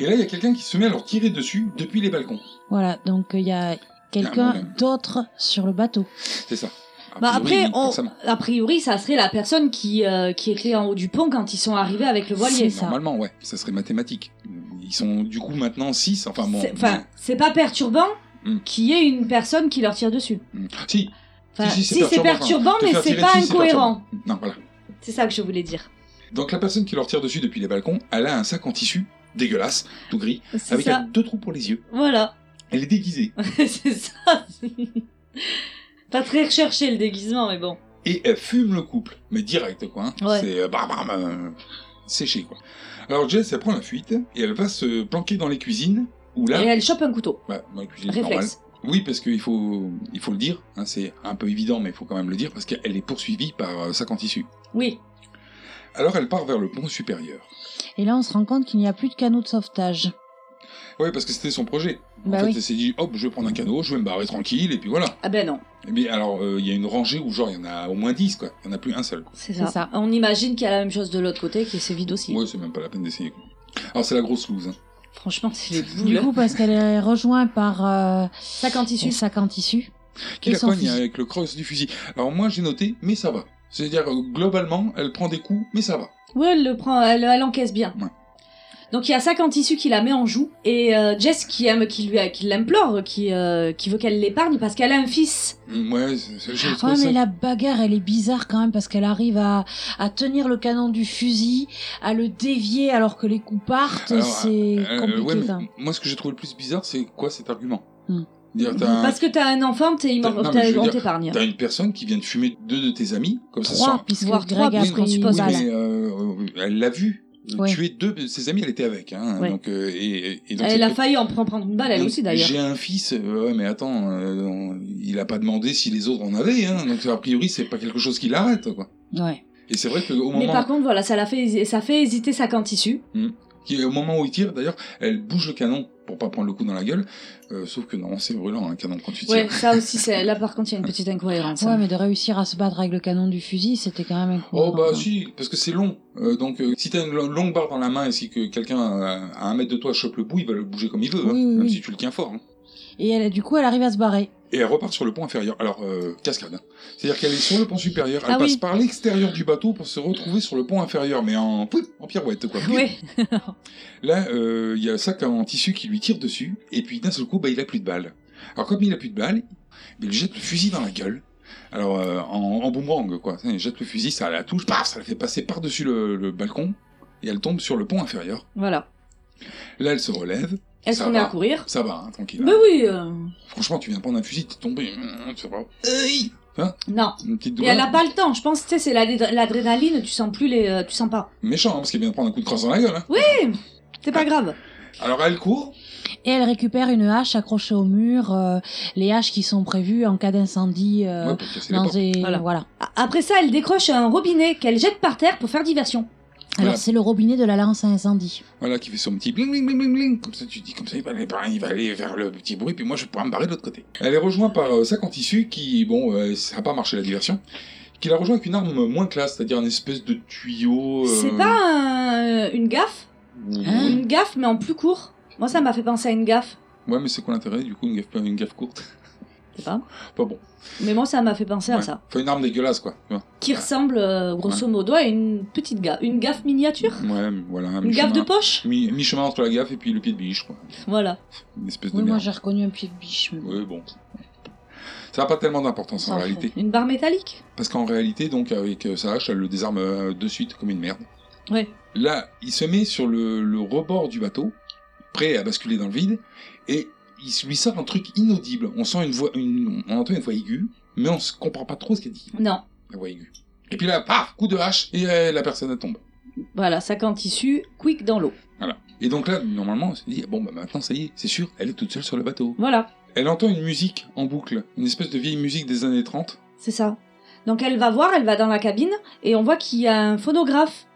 F: Et là, il y a quelqu'un qui se met à leur tirer dessus depuis les balcons.
H: Voilà, donc euh, il y a quelqu'un
F: problème.
H: d'autre sur le bateau.
F: C'est ça. A
D: Bah,
F: priori,
D: après,
F: oui,
D: on-
F: forcément.
D: A priori, ça serait la personne qui euh, qui était en haut du pont quand ils sont arrivés avec le voilier.
H: C'est ça.
F: Normalement, ouais, ça serait mathématique. Ils sont du coup maintenant 6, enfin bon.
D: C'est- Enfin, c'est pas perturbant
F: Mm.
D: qu'il y ait une personne qui leur tire dessus.
F: mm, mm. Si,
D: Enfin,
F: si, si,
D: si, c'est perturbant,
F: Te
D: mais
F: faire
D: c'est
F: tirer
D: pas
F: dessus, c'est
D: incohérent.
F: perturbant. Non, voilà.
D: C'est ça que je voulais dire.
F: Donc la personne qui leur tire dessus depuis les balcons, elle a un sac en tissu dégueulasse, tout gris,
D: C'est
F: avec
D: ça.
F: un- deux trous pour les yeux.
D: Voilà.
F: Elle est déguisée.
D: c'est ça. pas très recherché le déguisement, mais bon.
F: Et elle fume le couple, mais direct quoi. hein.
D: Ouais.
F: C'est euh, bam, bam, euh, séché quoi. Alors Jess, elle prend la fuite et elle va se planquer dans les cuisines, où là...
D: Et elle chope un couteau.
F: Ouais, dans les cuisines, c'est normal.
D: Réflexe.
F: Oui, parce qu'il faut, il faut le dire, hein, c'est un peu évident, mais il faut quand même le dire, parce qu'elle est poursuivie par euh, sac en tissu.
D: Oui.
F: Alors elle part vers le pont supérieur.
H: Et là, on se rend compte qu'il n'y a plus de canot de sauvetage.
F: Ouais, parce que c'était son projet. En
H: Bah
F: fait,
H: oui.
F: elle s'est dit, hop, je vais prendre un canot, je vais me barrer tranquille, et puis voilà.
D: Ah ben non,
F: Mais alors, euh, il y a une rangée où genre il y en a au moins 10 quoi. Il y en a plus un seul.
D: c'est
H: C'est
D: ça.
H: ça.
D: On imagine qu'il y a la même chose de l'autre côté, qui c'est vide aussi.
F: Ouais, c'est même pas la peine d'essayer. quoi. Alors c'est la grosse loose. Hein.
D: Franchement, c'est les
H: Du
D: boules.
H: coup, parce qu'elle est rejointe par euh,
D: Sac en tissu.
H: son sac en tissu.
F: Qui
H: Et
F: la
H: son
F: cogne hein,
H: fusil.
F: avec le cross du fusil. Alors moi j'ai noté, mais ça va. C'est-à-dire euh, globalement, elle prend des coups, mais ça va.
D: Ouais, elle le prend, elle, elle encaisse bien.
F: Ouais.
D: Donc il y a sac en tissu qui la met en joue et euh, Jess qui aime, qui lui, a- qui l'implore, qui, euh, qui veut qu'elle l'épargne parce qu'elle a un fils.
F: Mm, Ouais, c'est- c'est- j'ai
H: Ouais,
F: trouvé ça.
H: Ah, mais la bagarre, elle est bizarre quand même parce qu'elle arrive à, à tenir le canon du fusil, à le dévier alors que les coups partent.
F: Alors,
H: C'est
F: Euh,
H: compliqué.
F: ouais, mais
H: quand même.
F: moi ce que j'ai trouvé le plus bizarre, c'est quoi cet argument
H: Hmm.
F: Dire, t'as un-
D: Parce que t'as un enfant, t'es immor-
F: Non, mais
D: t'as-
F: je veux
D: on
F: dire,
D: t'épargne.
F: t'as une personne qui vient de fumer deux de tes amis, comme ça
H: Trois,
F: sans...
H: puisque
D: Voire trois,
H: Greg a
F: puisqu'on
H: pris une
D: suppose-
H: balle.
D: Voilà.
F: Mais, euh, elle l'a vu. Euh,
H: Oui.
F: Tuer deux de ses amis, elle était avec. Hein,
H: Oui.
F: donc, euh, et, et donc
D: Elle
F: cette-
D: a failli en prendre prendre une balle, elle
F: donc,
D: aussi d'ailleurs.
F: J'ai un fils, euh, ouais, mais attends, euh, on- il a pas demandé si les autres en avaient, hein, donc a priori c'est pas quelque chose qui l'arrête, quoi.
H: Ouais.
F: Et c'est vrai qu'au
D: Mais
F: moment,
D: par contre, voilà, ça l'a fait, hési- ça fait hésiter sa quinte issue.
F: qui- au moment où il tire, d'ailleurs, elle bouge le canon pour pas prendre le coup dans la gueule, euh, sauf que non, c'est brûlant un canon quand tu tires.
D: Ouais, ça aussi, c'est là par contre, il y a une petite incohérence.
H: Ouais,
D: hein.
H: mais de réussir à se battre avec le canon du fusil, c'était quand même hein.
F: Oh
H: incroyable.
F: bah si, parce que c'est long. Euh, donc euh, si t'as une lo- longue barre dans la main et si que quelqu'un euh, à- à un mètre de toi chope le bout, il va le bouger comme il veut,
H: Oui,
F: hein,
H: oui,
F: même
H: oui.
F: si tu le tiens fort. hein.
H: Et elle, du coup, elle arrive à se barrer.
F: Et elle repart sur le pont inférieur. Alors euh, cascade. hein. C'est-à-dire qu'elle est sur le pont supérieur, elle
D: Ah
F: passe
D: oui.
F: par l'extérieur du bateau pour se retrouver sur le pont inférieur, mais en pouip, en pirouette quoi.
D: Ouais.
F: Là, euh, il y a un sac en tissu qui lui tire dessus, et puis d'un seul coup, bah, il a plus de balles. Alors comme il a plus de balles, il lui jette le fusil dans la gueule. Alors euh, en, en boomerang, quoi. Il jette le fusil, ça la touche, paf, ça la fait passer par-dessus le, le balcon, et elle tombe sur le pont inférieur.
D: Voilà.
F: Là, elle se relève,
D: Elle
F: Ça
D: se remet
F: va.
D: à courir.
F: ça va, hein, tranquille.
D: Mais oui. euh,
F: Franchement, tu viens de prendre un fusil, t'es tombé, hum, ça va. Aïe Hein
D: Non.
F: Une petite
D: Et
F: douleur.
D: elle n'a pas le temps. Je pense, tu sais, c'est l'adré- l'adrénaline. Tu sens plus les, euh, tu sens pas.
F: Méchant, hein, parce qu'elle vient de prendre un coup de crosse dans la gueule. hein.
D: C'est pas grave.
F: Alors elle court,
H: Et elle récupère une hache accrochée au mur, euh, les haches qui sont prévues en cas d'incendie euh,
F: ouais, pour casser les
H: dans
F: portes.
H: des... Voilà.
D: Voilà. A- Après ça, elle décroche un robinet qu'elle jette par terre pour faire diversion.
H: Alors
F: Voilà.
H: c'est le robinet de la lance à incendie.
F: Voilà, qui fait son petit bling bling bling bling bling. Comme ça, tu te dis, comme ça, il va, aller, il va aller vers le petit bruit, puis moi, je pourrais me barrer de l'autre côté. Elle est rejointe par euh, sac en tissu qui, bon, euh, ça n'a pas marché la diversion, qui la rejoint avec une arme moins classe, c'est-à-dire une espèce de tuyau. euh,
D: C'est pas un- une gaffe,
H: Hein
D: une gaffe mais en plus court. Moi, ça m'a fait penser à une gaffe.
F: Ouais, mais c'est quoi l'intérêt, du coup, une gaffe, une gaffe courte
D: Je sais pas.
F: Pas bon.
D: Mais moi, ça m'a fait penser à
F: Ouais.
D: ça.
F: Enfin, une arme dégueulasse, quoi. tu vois.
D: Qui ressemble, euh, grosso modo, à une petite gaffe. Une gaffe miniature
F: Ouais, mais voilà.
D: Une gaffe de
F: mi-chemin-
D: poche
F: mi- Mi-chemin entre la gaffe et puis le pied de biche, quoi.
D: Voilà.
F: Une espèce
H: Oui,
F: de
H: moi
F: merde.
H: j'ai reconnu un pied de biche. mais bon.
F: Ouais, bon. Ça n'a pas tellement d'importance en
H: S'en fout.
F: réalité.
D: Une barre métallique
F: Parce qu'en réalité, donc, avec euh, sa hache, elle le désarme euh, de suite comme une merde.
D: Ouais.
F: Là, il se met sur le, le rebord du bateau, prêt à basculer dans le vide, et il se- lui sort un truc inaudible. On sent une voix, une, on entend une voix aiguë, mais on ne comprend pas trop ce qu'elle dit,
D: Non.
F: la voix aiguë. Et puis là, paf, coup de hache, et euh, la personne elle tombe.
D: Voilà, sac en tissu, quick dans l'eau.
F: Voilà. Et donc là, normalement, on se dit, bon, bah maintenant, ça y est, c'est sûr, elle est toute seule sur le bateau.
D: Voilà,
F: Elle entend une musique en boucle, une espèce de vieille musique des années 30.
D: c'est ça. Donc elle va voir, elle va dans la cabine et on voit qu'il y a un phonographe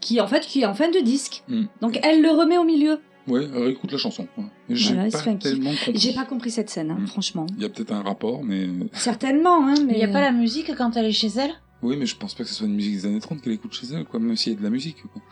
D: qui en fait qui est en fin de disque.
F: Hmm.
D: Donc elle le remet au milieu.
F: Ouais, elle écoute la chanson. quoi. J'ai
D: Voilà, elle se fait
F: pas
D: un kiff.
F: tellement compris.
D: J'ai pas compris cette scène, hein,
F: Hmm.
D: franchement.
F: Il y a peut-être un rapport, mais...
D: Certainement, hein, mais
H: Mais euh, il n'y a pas la musique quand elle est chez elle
F: Oui, mais je pense pas que ce soit une musique des années 30 qu'elle écoute chez elle, quoi, même s'il y a de la musique. Quoi.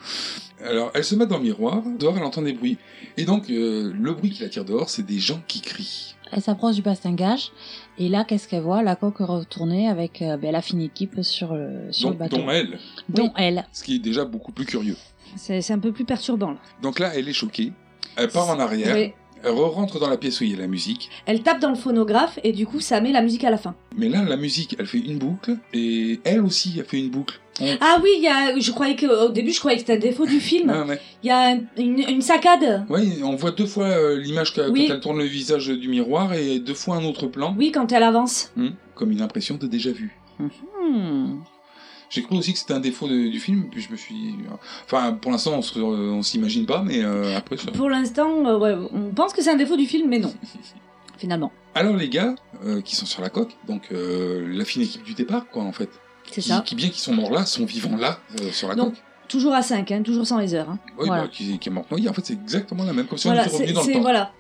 F: Alors, elle se met dans le miroir, dehors elle entend des bruits. Et donc, euh, le bruit qui la tire dehors, c'est des gens qui crient.
H: Elle s'approche du bastingage et là qu'est-ce qu'elle voit La coque retournée avec euh, ben, la fine équipe sur le, sur le
F: Donc,
H: bateau.
F: dont elle,
H: Dont elle.
F: ce qui est déjà beaucoup plus curieux.
D: euh, c'est c'est un peu plus perturbant. Là.
F: Donc là, elle est choquée, elle part en arrière,
D: Ouais.
F: elle rentre dans la pièce où il y a la musique.
D: Elle tape dans le phonographe et du coup ça met la musique à la fin.
F: Mais là, la musique, elle fait une boucle, et elle aussi, elle fait une boucle. On-
D: Ah oui, il y a, je croyais que au début je croyais que c'était un défaut du film.
F: Ouais, ouais.
D: Il y a un- une, une saccade.
F: Ouais, on voit deux fois euh, l'image qu'a- quand
D: Oui.
F: elle tourne le visage du miroir, et deux fois un autre plan,
D: Oui, quand elle avance.
F: Hum, comme une impression de déjà-vu.
D: Hmm.
F: J'ai cru aussi que c'était un défaut de- du film, puis je me suis dit, euh, Enfin, pour l'instant, on se- on s'imagine pas, mais euh, après ça.
D: Pour l'instant, euh, ouais, on pense que c'est un défaut du film, mais non, finalement.
F: Alors, les gars euh, qui sont sur la coque, donc euh, la fine équipe du départ, quoi, en fait,
D: C'est
F: qui,
D: ça.
F: qui, bien qu'ils sont morts là, sont vivants là, euh, sur la
D: Donc,
F: coque.
D: toujours à 5, hein, toujours sans les heures. hein.
F: Oui,
H: voilà.
F: bah, qui, qui est mort noyé, en fait, c'est exactement la même, comme si on
D: voilà,
F: était
D: c'est
F: revenu dans le
D: c'est-
F: temps.
D: voilà.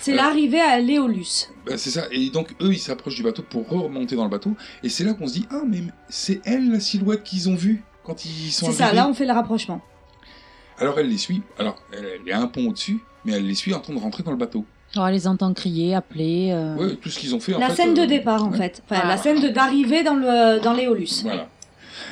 D: C'est
F: Euh.
D: l'arrivée à Léolus.
F: Bah, c'est ça, et donc eux, ils s'approchent du bateau pour remonter dans le bateau, et c'est là qu'on se dit, ah, mais c'est elle la silhouette qu'ils ont vue quand ils sont
D: C'est ça,
F: arrivés.
D: là on fait le rapprochement.
F: Alors, elle les suit, alors, elle, elle est à un pont au-dessus, mais elle les suit en train de rentrer dans le bateau.
H: Alors elle les entend crier, appeler. euh,
F: Ouais, tout ce qu'ils ont fait, en
D: Ah. la
F: fait,
D: scène de
F: euh,
D: départ en
F: ouais.
D: fait. Enfin,
H: Ah.
D: la scène de- d'arrivée dans, le- dans Léolus.
F: Voilà.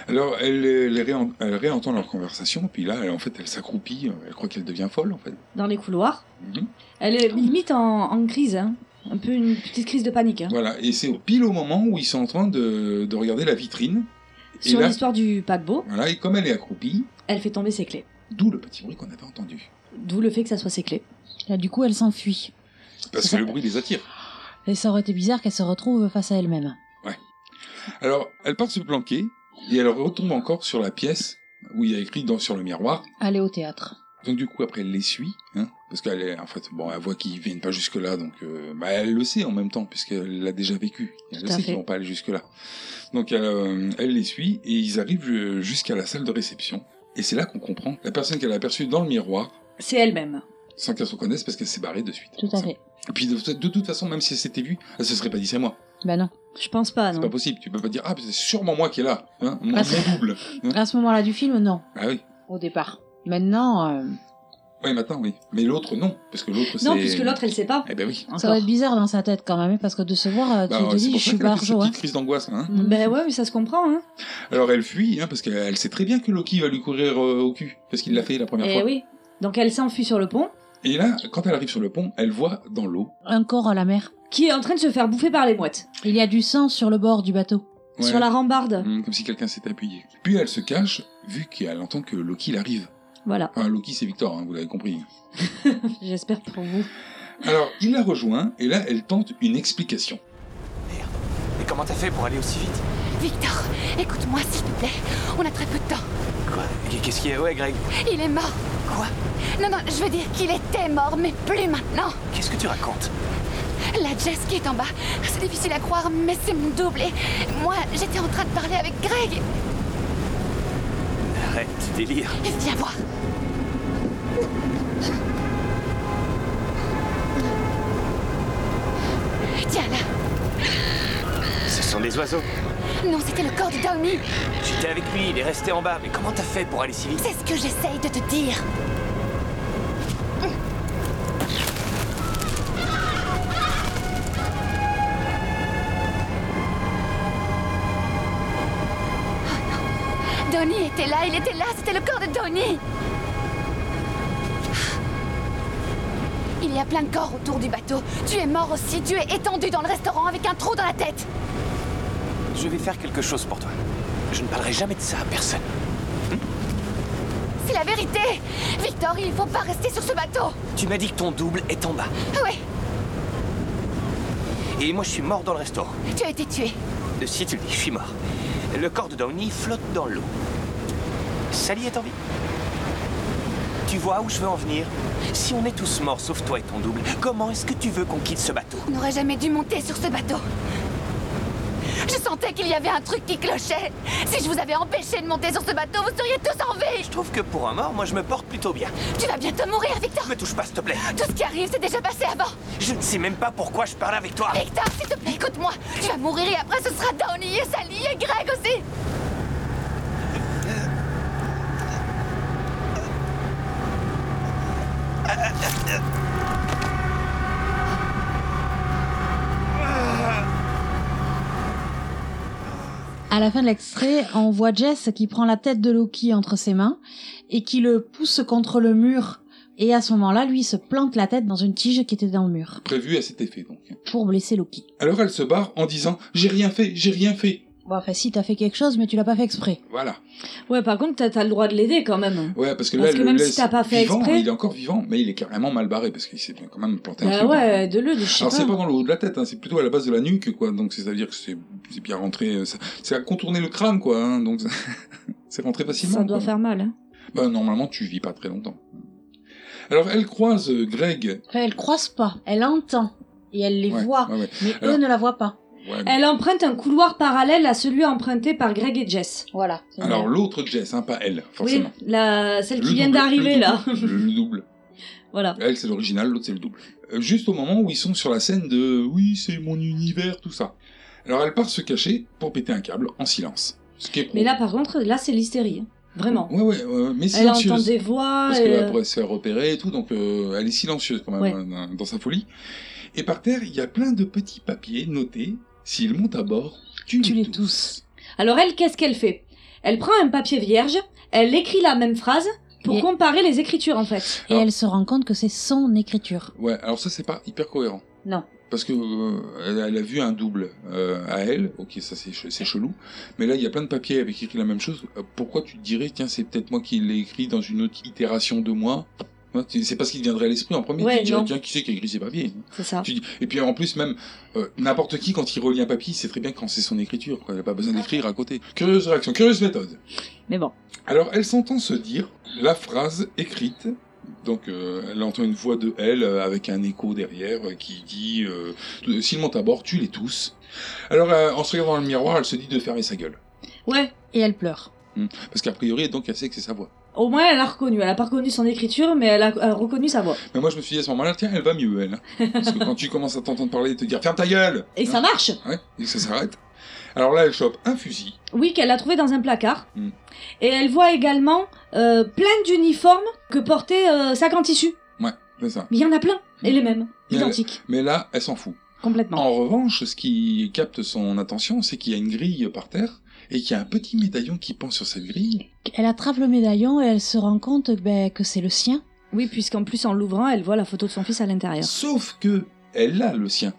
F: Alors, elle, elle, réen- elle réentend leur conversation, puis là, elle- en fait, elle s'accroupit, euh, elle croit qu'elle devient folle, en fait.
D: Dans les couloirs.
F: Mhm.
D: Elle est limite en, en crise. hein. Un peu une petite crise de panique. hein.
F: Voilà, et c'est au pile au moment où ils sont en train de, de regarder la vitrine. Et
D: Sur
F: là,
D: l'histoire du paquebot,
F: voilà, et comme elle est accroupie,
D: elle fait tomber ses clés.
F: d'où le petit bruit qu'on avait entendu.
D: D'où le fait que ça soit ses clés.
H: Là du coup elle s'enfuit.
F: Parce que le bruit les attire.
H: Et ça aurait été bizarre qu'elle se retrouve face à elle-même.
F: Alors, elle part se planquer et elle retombe encore sur la pièce où il y a écrit dans, sur le miroir.
H: Aller au théâtre.
F: Donc du coup, après, elle l'essuie, hein, parce qu'elle est, en fait, bon, elle voit qu'ils viennent pas jusque-là, donc euh, bah, elle le sait en même temps, puisqu'elle l'a déjà vécu. Elle
D: Tout
F: le
D: à
F: sait
D: fait.
F: qu'ils vont pas aller jusque-là. Donc elle, euh, elle l'essuie et ils arrivent euh, jusqu'à la salle de réception. Et c'est là qu'on comprend la personne qu'elle a aperçue dans le miroir,
D: C'est elle-même.
F: sans qu'elle se reconnaisse, parce qu'elle s'est barrée de suite.
H: Tout à fait.
F: Et puis de, de toute façon, même si elle s'était vue, elle se serait pas dit c'est moi.
H: Bah non.
D: Je pense pas,
F: C'est
D: non.
F: pas possible. Tu peux pas dire ah c'est sûrement moi qui est là, hein, mon,
H: Ah,
F: mon
H: c'est-
F: double.
H: À ce moment-là du film, non.
F: Ah oui.
H: Au départ. Maintenant, euh,
F: Oui maintenant oui. Mais l'autre non, parce que l'autre c'est.
D: Non, puisque l'autre, hein, elle sait pas.
F: Eh ben oui.
H: ça
D: Encore.
H: va être bizarre dans sa tête quand même, parce que de se voir, euh, tu
F: Bah,
H: te
F: c'est
H: dis,
F: pour
H: je
F: ça
H: suis
F: qu'elle a fait cette
H: barjo. Hein.
F: petite crise d'angoisse. Hein.
D: Ben ouais, mais ça se comprend, hein.
F: Alors elle fuit, hein, parce qu'elle sait très bien que Loki va lui courir euh, au cul, parce qu'il l'a fait la première
D: Eh
F: fois.
D: oui. Donc elle s'enfuit sur le pont,
F: Et là, quand elle arrive sur le pont, elle voit dans l'eau.
H: Un corps à la mer.
D: qui est en train de se faire bouffer par les mouettes.
H: Il y a du sang sur le bord du bateau.
F: Ouais.
D: Sur la rambarde.
F: Hum, Comme si quelqu'un s'était appuyé. Puis elle se cache, vu qu'elle entend que Loki il arrive.
D: Voilà.
F: Enfin, Loki c'est Victor, hein, vous l'avez compris.
D: J'espère pour vous.
F: Alors il la rejoint, et là elle tente une explication.
B: Mais comment t'as fait pour aller aussi vite
E: Victor, écoute-moi s'il te plaît. On a très peu de temps.
B: Quoi Qu'est-ce qu'il y a Ouais, Greg.
E: Il est mort.
B: Quoi
E: Non, non, je veux dire qu'il était mort, mais plus maintenant.
B: Qu'est-ce que tu racontes
E: La Jess qui est en bas. C'est difficile à croire, mais c'est mon double. Et moi, j'étais en train de parler avec Greg.
I: Arrête, tu délires.
E: Viens voir. Tiens là.
I: Ce sont des oiseaux.
E: Non, c'était le corps de Downey.
I: J'étais avec lui, il est resté en bas. Mais comment t'as fait pour aller si vite
E: C'est ce que j'essaye de te dire. Donnie était là, il était là, c'était le corps de Donnie. Il y a plein de corps autour du bateau. Tu es mort aussi, tu es étendu dans le restaurant avec un trou dans la tête.
I: Je vais faire quelque chose pour toi. Je ne parlerai jamais de ça à personne.
E: C'est la vérité. Victor, il ne faut pas rester sur ce bateau.
I: Tu m'as dit que ton double est en bas.
E: Oui,
I: Et moi, je suis mort dans le restaurant.
E: tu as été tué.
I: Euh, Si tu le dis, je suis mort. Le corps de Downey flotte dans l'eau. Sally est en vie. Tu vois où je veux en venir Si on est tous morts, sauf toi et ton double, comment est-ce que tu veux qu'on quitte ce bateau
E: On n'aurait jamais dû monter sur ce bateau. Je sentais qu'il y avait un truc qui clochait. Si je vous avais empêché de monter sur ce bateau, vous seriez tous en vie.
I: Je trouve que pour un mort, moi, je me porte plutôt bien.
E: Tu vas bientôt mourir, Victor.
I: Ne me touche pas, s'il te plaît.
E: Tout ce qui arrive, c'est déjà passé avant.
I: Je ne sais même pas pourquoi je parle avec toi.
E: Victor, s'il te plaît, écoute-moi. Tu vas mourir et après, ce sera Downey et Sally et Greg aussi.
H: À la fin de l'extrait, on voit Jess qui prend la tête de Loki entre ses mains et qui le pousse contre le mur. Et à ce moment-là, lui il se plante la tête dans une tige qui était dans le mur
F: Prévu à cet effet donc.
H: pour blesser Loki.
F: Alors elle se barre en disant j'ai rien fait, j'ai rien fait.
H: Bon, enfin, si t'as fait quelque chose, mais tu l'as pas fait exprès.
F: Voilà.
D: Ouais, par contre, t'as, t'as le droit de l'aider quand même.
F: Ouais, parce que là,
D: Parce que
F: elle le
D: même si
F: laisse
D: t'as pas fait
F: vivant,
D: exprès-
F: il est encore vivant, mais il est carrément mal barré parce qu'il s'est bien quand même planté un
D: Bah
F: truc.
D: ouais, de le, je sais
F: Alors c'est
D: pas.
F: pas dans le haut de la tête, hein, c'est plutôt à la base de la nuque, quoi. Donc c'est-à-dire que c'est c'est bien rentré, euh, ça- c'est à contourner le crâne, quoi. hein, donc c'est rentré facilement.
D: Ça doit
F: quoi.
D: faire mal. hein.
F: Bah, normalement, tu vis pas très longtemps. Alors elle croise euh, Greg.
H: Enfin, elle croise pas, elle entend et elle les
F: Ouais,
H: voit,
F: ouais, ouais.
H: mais
F: Alors-
H: eux ne la voient pas.
F: Ouais,
D: Elle emprunte un couloir parallèle à celui emprunté par Greg et Jess.
H: Voilà. C'est
F: Alors
H: vrai.
F: l'autre Jess, hein, pas elle,
D: Oui,
F: forcément.
D: la... celle
F: Le
D: qui vient
F: double,
D: d'arriver
F: le
D: là.
F: double, Le, le double.
D: voilà.
F: Elle c'est l'original, l'autre c'est le double. Euh, Juste au moment où ils sont sur la scène de oui c'est mon univers tout ça. Alors elle part se cacher pour péter un câble en silence. Ce qui est pro.
D: Mais là, par contre, là, c'est l'hystérie. hein. Vraiment.
F: Ouais ouais, ouais, mais
D: Elle
F: silencieuse.
D: entend des voix.
F: parce qu'elle
D: euh,
F: pourrait se faire repérer et tout, donc euh, elle est silencieuse quand même
D: Ouais.
F: euh, dans- dans sa folie. Et par terre, il y a plein de petits papiers notés. S'il monte à bord, tu,
H: Tu
F: les
H: les
F: tousses.
D: Alors elle, qu'est-ce qu'elle fait Elle prend un papier vierge, elle écrit la même phrase pour
H: Et-
D: comparer les écritures en fait.
H: Et elle se rend compte que c'est son écriture.
F: Ouais, alors ça c'est pas hyper cohérent.
H: Non.
F: Parce que euh, elle, elle a vu un double euh, à elle, ok ça c'est ch- c'est chelou, mais là il y a plein de papiers avec écrit la même chose. Euh, Pourquoi tu te dirais tiens c'est peut-être moi qui l'ai écrit dans une autre itération de moi Hein, tu- C'est pas ce qui te viendrait à l'esprit en premier.
D: Ouais,
F: tu te dirais,
D: non.
F: tiens, qui c'est qui a écrit ces papiers
D: C'est ça.
F: Tu dis- Et puis en plus, même, euh, n'importe qui, quand il relit un papier, c'est très bien quand c'est son écriture. quoi. Il n'a pas besoin d'écrire à côté. Curieuse réaction, curieuse méthode.
D: Mais bon.
F: Alors, elle s'entend se dire la phrase écrite. Donc, euh, elle entend une voix de elle euh, avec un écho derrière euh, qui dit euh, S'ils montent à bord, tu les tous. Alors, euh, en se regardant dans le miroir, elle se dit de fermer sa gueule.
D: Ouais,
H: Et elle pleure.
F: Parce qu'a priori, donc, elle sait que c'est sa voix.
D: au moins elle a reconnu. Elle a pas reconnu son écriture, mais elle a, elle a reconnu sa voix.
F: Mais moi, je me suis dit à ce moment-là, tiens, elle va mieux, elle. hein. Parce que quand tu commences à t'entendre parler et te dire Ferme ta gueule hein.
D: Et ça marche
F: Ouais, et que ça s'arrête. Alors là, elle chope un fusil.
D: Oui, qu'elle a trouvé dans un placard.
F: Mm.
D: Et elle voit également euh, plein d'uniformes que portait euh, sac en tissu.
F: Ouais, c'est ça.
D: Mais il y en a plein. Et les mêmes.
F: Mais elle-
D: Identiques.
F: Mais là, elle s'en fout.
D: Complètement.
F: En revanche, ce qui capte son attention, c'est qu'il y a une grille par terre et qu'il y a un petit médaillon qui pend sur cette grille.
H: Elle attrape le médaillon et elle se rend compte ben, que c'est le sien.
D: Oui, puisqu'en plus en l'ouvrant, elle voit la photo de son fils à l'intérieur.
F: Sauf que elle a le sien.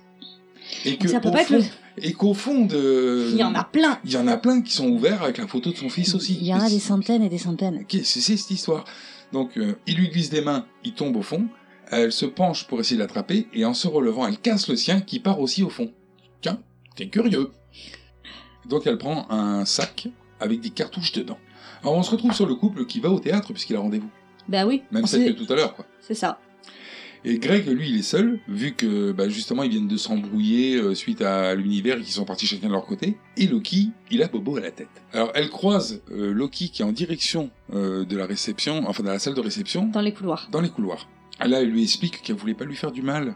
F: Et que
D: Ça peut
F: au
D: pas être
F: fond,
D: le...
F: et qu'au fond de
D: Il y en a plein.
F: il y en a plein qui sont ouverts avec la photo de son fils aussi.
H: Il y en a des centaines et des centaines.
F: Qu'est-ce que c'est cette histoire Donc euh, il lui glisse des mains, il tombe au fond. Elle se penche pour essayer de l'attraper et en se relevant, elle casse le sien qui part aussi au fond. Tiens, t'es curieux. Donc elle prend un sac avec des cartouches dedans. Alors on se retrouve sur le couple qui va au théâtre puisqu'il a rendez-vous.
D: Ben oui.
F: Même
D: c'est-
F: celle que tout à l'heure quoi.
D: C'est ça.
F: Et Greg, lui, il est seul, vu que bah, justement ils viennent de s'embrouiller euh, suite à l'univers et qu'ils sont partis chacun de leur côté. Et Loki, il a Bobo à la tête. Alors elle croise euh, Loki qui est en direction euh, de la réception, enfin de la salle de réception,
D: Dans les couloirs.
F: dans les couloirs. Ah Là, elle lui explique qu'elle voulait pas lui faire du mal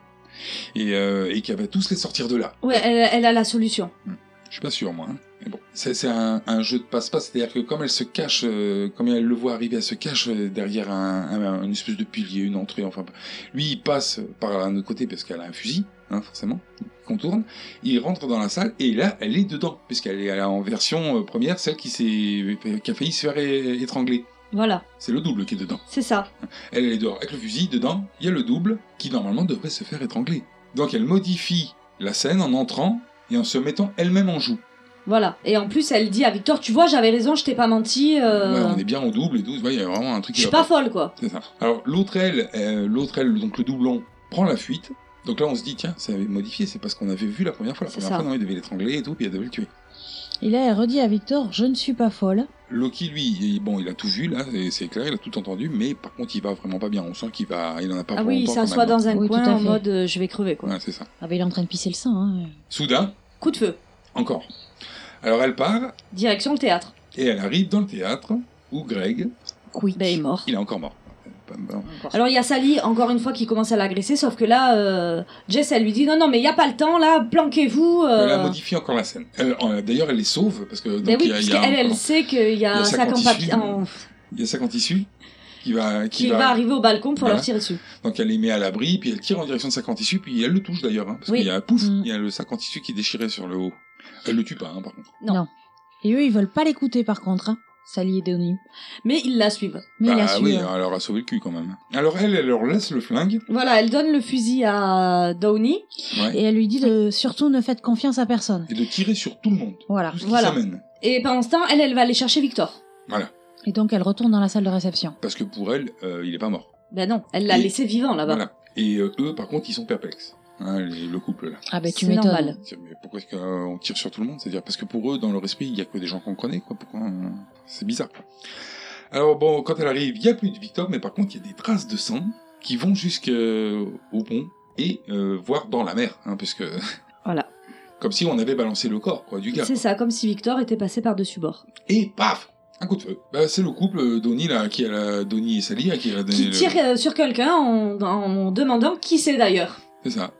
F: et, euh, et qu'elle va tous les sortir de là.
D: Ouais, elle, elle a la solution.
F: Je suis pas sûr, moi. hein. Mais bon, c'est c'est un, un jeu de passe-passe, c'est-à-dire que comme elle se cache, euh, comme elle le voit arriver, elle se cache euh, derrière un, un- une espèce de pilier, une entrée, enfin. Lui, il passe par un autre côté parce qu'elle a un fusil, hein, forcément, il contourne. Il rentre dans la salle et là, elle est dedans, puisqu'elle est elle est en version euh, première, celle qui, s'est- qui a failli se faire é- étrangler.
D: Voilà.
F: C'est le double qui est dedans.
D: C'est ça.
F: Elle est dehors avec le fusil, dedans, il y a le double qui normalement devrait se faire étrangler. Donc elle modifie la scène en entrant et en se mettant elle-même en joue.
D: Voilà. Et en plus, elle dit à Victor, tu vois, j'avais raison, je t'ai pas menti. euh,
F: Ouais, on est bien au double et 12, ouais, il y a vraiment un truc
D: Je
F: qui
D: suis
F: va
D: pas folle, quoi.
F: C'est ça. Alors l'autre aile, euh, l'autre aile, donc le doublon, prend la fuite. Donc là on se dit, tiens, ça avait modifié, c'est parce qu'on avait vu la première fois. La
D: C'est
F: première
D: ça.
F: fois, non, il devait l'étrangler et tout, puis il devait le tuer.
H: Et là, elle redit à Victor Je ne suis pas folle.
F: Loki, lui, il- bon, il a tout vu là, et c'est clair, il a tout entendu, mais par contre il va vraiment pas bien. On sent qu'il va, il en a pas
D: Ah
F: pour
D: oui, il
F: longtemps, quand
D: s'assoit
F: même. hein.
D: dans un
H: Oui, tout
D: coin
H: à
D: en
H: fait.
D: mode euh, je vais crever, quoi.
F: Ouais, c'est ça.
H: Ah ben, il est en train de pisser le sang. Hein.
F: Soudain,
D: Coup de feu.
F: encore. Alors elle part
D: Direction le théâtre.
F: et elle arrive dans le théâtre où Greg,
H: Quick.
D: Ben, il est mort.
F: il est encore mort. Euh, Pas- pas-
D: Alors il y a Sally encore une fois qui commence à l'agresser, sauf que là, euh, Jess elle lui dit non non mais il y a pas le temps là, planquez-vous. euh.
F: Elle a modifié encore la scène. Elle- euh, D'ailleurs, elle les sauve parce que donc,
D: Ben
F: il
D: oui,
F: y a- il y a
D: puisqu'elle
F: un-
D: elle sait qu'il y a un sac en
F: tissu,
D: papier en-
F: Il y a ça quand tissu qui va, qui
D: qui
F: va...
D: va arriver au balcon pour
F: Voilà.
D: leur tirer dessus.
F: Donc elle les met à l'abri, puis elle tire en direction de sac en tissu, puis elle le touche d'ailleurs, hein, parce
D: Oui.
F: qu'il y a un pouf,
H: Mm.
F: il y a le sac en tissu qui est déchiré sur le haut. Elle le tue pas, hein, par contre.
D: Non.
H: Et eux, ils veulent pas l'écouter par contre, hein, Sally et Donnie.
D: Mais ils la suivent.
H: Mais il a
F: bah
H: su.
F: oui,
H: euh,
F: elle leur a sauvé le cul quand même. Alors elle, elle leur laisse le flingue.
D: Voilà, elle donne le fusil à Downey.
F: Ouais.
H: Et elle lui dit de surtout ne faites confiance à personne.
F: Et de tirer sur tout le monde.
H: Voilà.
F: Tout ce qui
D: Voilà.
F: s'amène.
D: Et pendant ce temps, elle, elle va aller chercher Victor.
F: Voilà.
H: Et donc elle retourne dans la salle de réception.
F: Parce que pour elle, euh, il est pas mort.
D: Ben non, elle l'a
F: Et-
D: laissé vivant là-bas.
F: Voilà. Et euh, eux, par contre, ils sont perplexes. Hein, les- le couple là.
H: Ah ben tu
D: C'est
H: m'étonnes.
D: normal.
F: Ils disent, Mais pourquoi est-ce qu'on tire sur tout le monde C'est-à-dire parce que pour eux, dans leur esprit, il y a que des gens qu'on connaît, quoi. Pourquoi euh, C'est bizarre. quoi. Alors bon, quand elle arrive, il y a plus de Victor, mais par contre, il y a des traces de sang qui vont jusqu'au pont et euh, voire dans la mer, hein, puisque
D: Voilà.
F: comme si on avait balancé le corps, quoi, du gars.
D: C'est ça, comme si Victor était passé par-dessus bord.
F: Et paf, un coup de feu. Bah, c'est le couple euh, Donnie là, qui a la... Donnie et Sally à qui elle a donné.
D: Qui
F: le-
D: tire euh, sur quelqu'un en, en demandant qui c'est d'ailleurs.
F: C'est ça.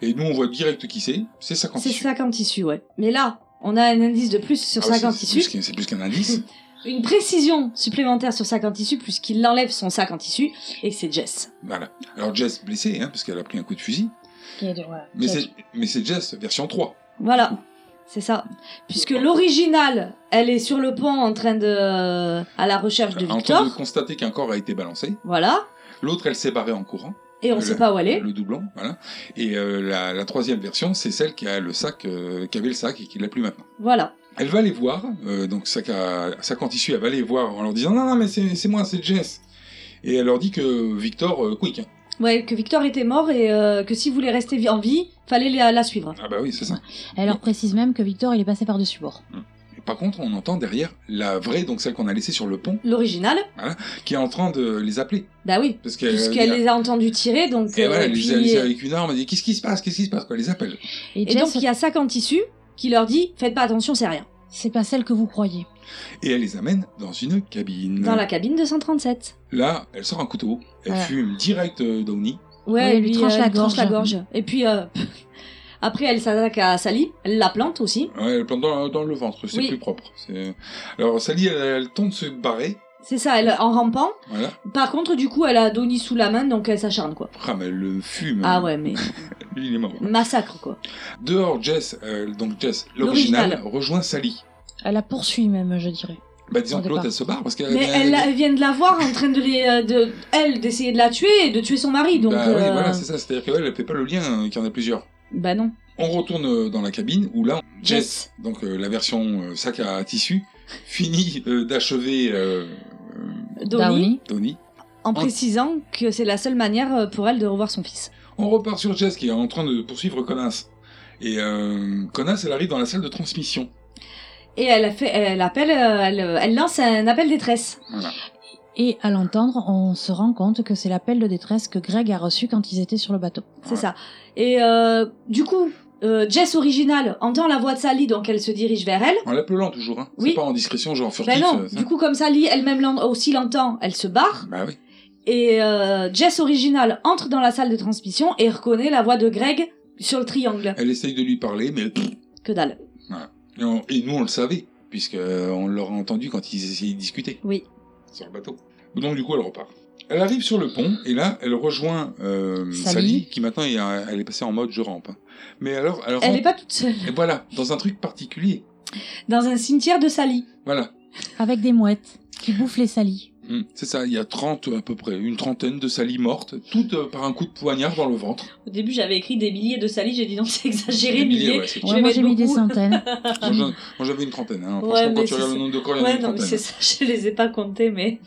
F: Et nous, on voit direct qui c'est. C'est ça quand
D: C'est
F: il tue.
D: sac en tissu, ouais. Mais là, on a un indice de plus sur
F: Ah ouais,
D: sac en
F: c'est- c'est
D: tissu,
F: plus qu'un- C'est plus qu'un indice.
D: une précision supplémentaire sur sac en tissu, puisqu'il enlève son sac en tissu, et que c'est Jess.
F: voilà. Alors Jess blessée, hein, parce qu'elle a pris un coup de fusil. Mais c'est, mais c'est Jess version 3.
D: Voilà, c'est ça. Puisque l'original, elle est sur le pont en train de. euh, à la recherche de
F: en train
D: Victor.
F: de constater qu'un corps a été balancé.
D: Voilà.
F: L'autre, elle s'est barrée en courant.
D: Et on
F: Le-
D: sait pas où elle est.
F: Le doublon, voilà. Et euh, la, la troisième version, c'est celle qui a le sac, euh, qui avait le sac et qui l'a plus maintenant.
D: Voilà.
F: Elle va les voir, euh, donc sac, à, sac en tissu, elle va les voir en leur disant non, non, mais c'est, c'est moi, c'est Jess. et elle leur dit que Victor, euh, quick. hein.
D: Ouais, que Victor était mort et euh, que si vous voulez rester vi- en vie, fallait la, la suivre.
F: Ah bah oui, c'est ça.
H: Elle leur précise même que Victor, il est passé par-dessus bord.
F: Et par contre, on entend derrière la vraie, donc celle qu'on a laissée sur le pont,
D: L'original,
F: qui est en train de les appeler.
D: bah oui,
F: Parce euh, qu'elle
D: puisqu'elle les a entendus tirer, donc.
F: et
D: euh,
F: voilà, elle
D: puis-
F: les a laissés avec une arme, elle dit qu'est-ce qui se passe, qu'est-ce qui se passe, quoi, elle les appelle.
H: Et,
D: et
H: Jess,
D: donc il y a ça quand issue qui leur dit faites pas attention, c'est rien.
H: c'est pas celle que vous croyez.
F: Et elle les amène dans une cabine.
D: Dans la cabine 237.
F: Là, elle sort un couteau, elle
H: Voilà.
F: fume direct euh, Downey.
D: Ouais,
H: Ouais,
D: elle
H: elle lui tranche la
D: tranche la
H: gorge.
D: gorge. Et puis euh, après, elle s'attaque à Sally, elle la plante aussi.
F: Ouais, elle plante dans, dans le ventre, c'est
D: Oui.
F: plus propre. c'est- Alors Sally, elle, elle tente de se barrer,
D: C'est ça, elle en rampant.
F: voilà.
D: Par contre, du coup, elle a Donnie sous la main, donc elle s'acharne quoi.
F: Ah, mais elle le
H: Hmm.
F: fume.
D: Ah ouais, mais
F: Lui, il est mort.
D: massacre quoi.
F: Dehors, Jess, euh, donc Jess,
D: L'original.
F: l'original, rejoint Sally.
H: Elle la poursuit même, je dirais.
F: Bah disons
H: Au
F: que l'autre,
H: départ.
F: Eh elle se barre parce qu'elle...
D: Mais elle, elle vient de la voir en train de les, euh, de, elle, d'essayer de la tuer et de tuer son mari, donc.
F: Bah oui,
D: euh,
F: voilà, c'est ça. C'est-à-dire qu'elle, elle fait pas le lien hein, qu'il y en a plusieurs.
D: bah non.
F: On retourne euh, dans la cabine où là, Jess,
D: Jess.
F: donc euh, la version euh, sac à tissu, finit euh, d'achever euh, euh,
H: Bah
D: Donnie,
F: Tony.
D: en précisant que c'est la seule manière euh, pour elle de revoir son fils.
F: On repart sur Jess qui est en train de poursuivre Connasse. Et euh, Connasse, elle arrive dans la salle de transmission.
D: Et elle, a fait, elle appelle, euh, elle, euh, elle lance un appel détresse.
H: Et à l'entendre, on se rend compte que c'est l'appel de détresse que Greg a reçu quand ils étaient sur le bateau.
D: C'est ça. Et euh, du coup, euh, Jess originale entend la voix de Sally, donc elle se dirige vers elle.
F: En l'appelant toujours, hein.
D: Oui.
F: C'est pas en discrétion, genre furtif.
D: Ben non,
F: euh, ça.
D: du coup, comme Sally elle-même l'en- aussi l'entend, elle se barre.
F: Bah oui.
D: Et euh, Jess originale entre dans la salle de transmission et reconnaît la voix de Greg sur le triangle.
F: Elle essaye de lui parler, mais...
D: Que dalle.
F: Et, on- et nous, on le savait, puisque euh, on l'aurait entendu quand ils essayaient de discuter.
D: Oui.
F: Sur le bateau. Donc, du coup, elle repart. Elle arrive sur le pont, et là, elle rejoint euh, Sally.
H: Sally.
F: qui maintenant, est, euh, elle est passée en mode je rampe. hein. Mais alors, elle,
D: Elle
F: rentre-
D: n'est pas toute seule.
F: et voilà, dans un truc particulier.
D: Dans un cimetière de Sally.
F: Voilà.
H: Avec des mouettes qui bouffent les salis.
F: Mm, C'est ça, il y a 30 à peu près, une trentaine de salies mortes, toutes euh, par un coup de poignard dans le ventre.
D: Au début, j'avais écrit des milliers de Sally, j'ai dit non, c'est exagéré,
F: Des milliers,
D: milliers.
F: ouais, c'est-
D: Je
H: Ouais,
D: vais
H: moi
D: mettre
H: j'ai mis des
D: beaucoup.
H: centaines.
F: Moi j'en- moi, j'avais une trentaine, hein.
D: Ouais,
F: franchement quand
D: mais
F: tu
D: c'est
F: regardes le
D: ça.
F: nombre de corps, il y en a
D: Ouais,
F: une
D: non, mais c'est
F: trentaine.
D: ça, je les ai pas comptés, mais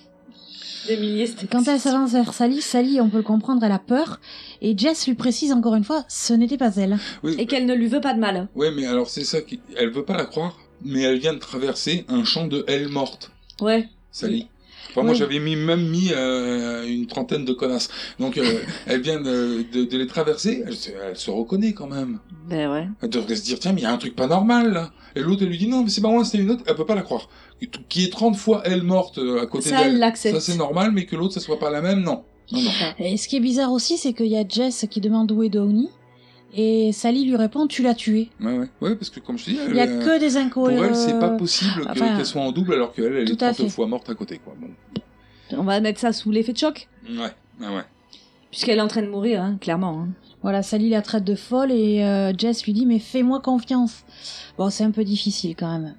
D: des milliers, c'était
H: Quand elle s'avance vers Sally, Sally, on peut le comprendre, elle a peur. Et Jess lui précise encore une fois, ce n'était pas elle.
F: Oui,
D: Et qu'elle ne lui veut pas de mal.
F: ouais, mais alors c'est ça, qui... elle veut pas la croire, mais elle vient de traverser un champ de haies mortes,
D: Ouais.
F: Sally. Enfin, moi
D: Oui.
F: j'avais mis, même mis euh, une trentaine de connasses. Donc euh, elle vient de, de- de les traverser, elle se, elle se reconnaît quand même.
D: Ben ouais.
F: Elle devrait se dire, tiens, mais il y a un truc pas normal là. Et l'autre elle lui dit, non, mais c'est pas moi, c'était une autre, elle peut pas la croire. Qui est 30 fois elle morte euh, à côté d'elle.
D: Ça, elle l'accepte.
F: Ça c'est normal, mais que l'autre ça soit pas la même, non. Non, non.
H: Et ce qui est bizarre aussi, c'est qu'il y a Jess qui demande où est Downey. Et Sally lui répond, tu l'as tué.
F: Ouais, ouais. ouais, parce que comme je te dis,
H: Il y a
F: elle, euh,
H: que des
F: pour
H: incohérents.
F: elle, c'est pas possible que-
H: enfin,
F: qu'elle soit en double alors qu'elle, elle est
H: tout à
F: 30
H: fait.
F: fois morte à côté, quoi. Bon.
D: On va mettre ça sous l'effet de choc,
F: Ouais, ouais, ouais.
D: puisqu'elle est en train de mourir, hein, clairement. hein.
H: Voilà, Sally la traite de folle et euh, Jess lui dit mais fais-moi confiance. Bon, c'est un peu difficile quand même.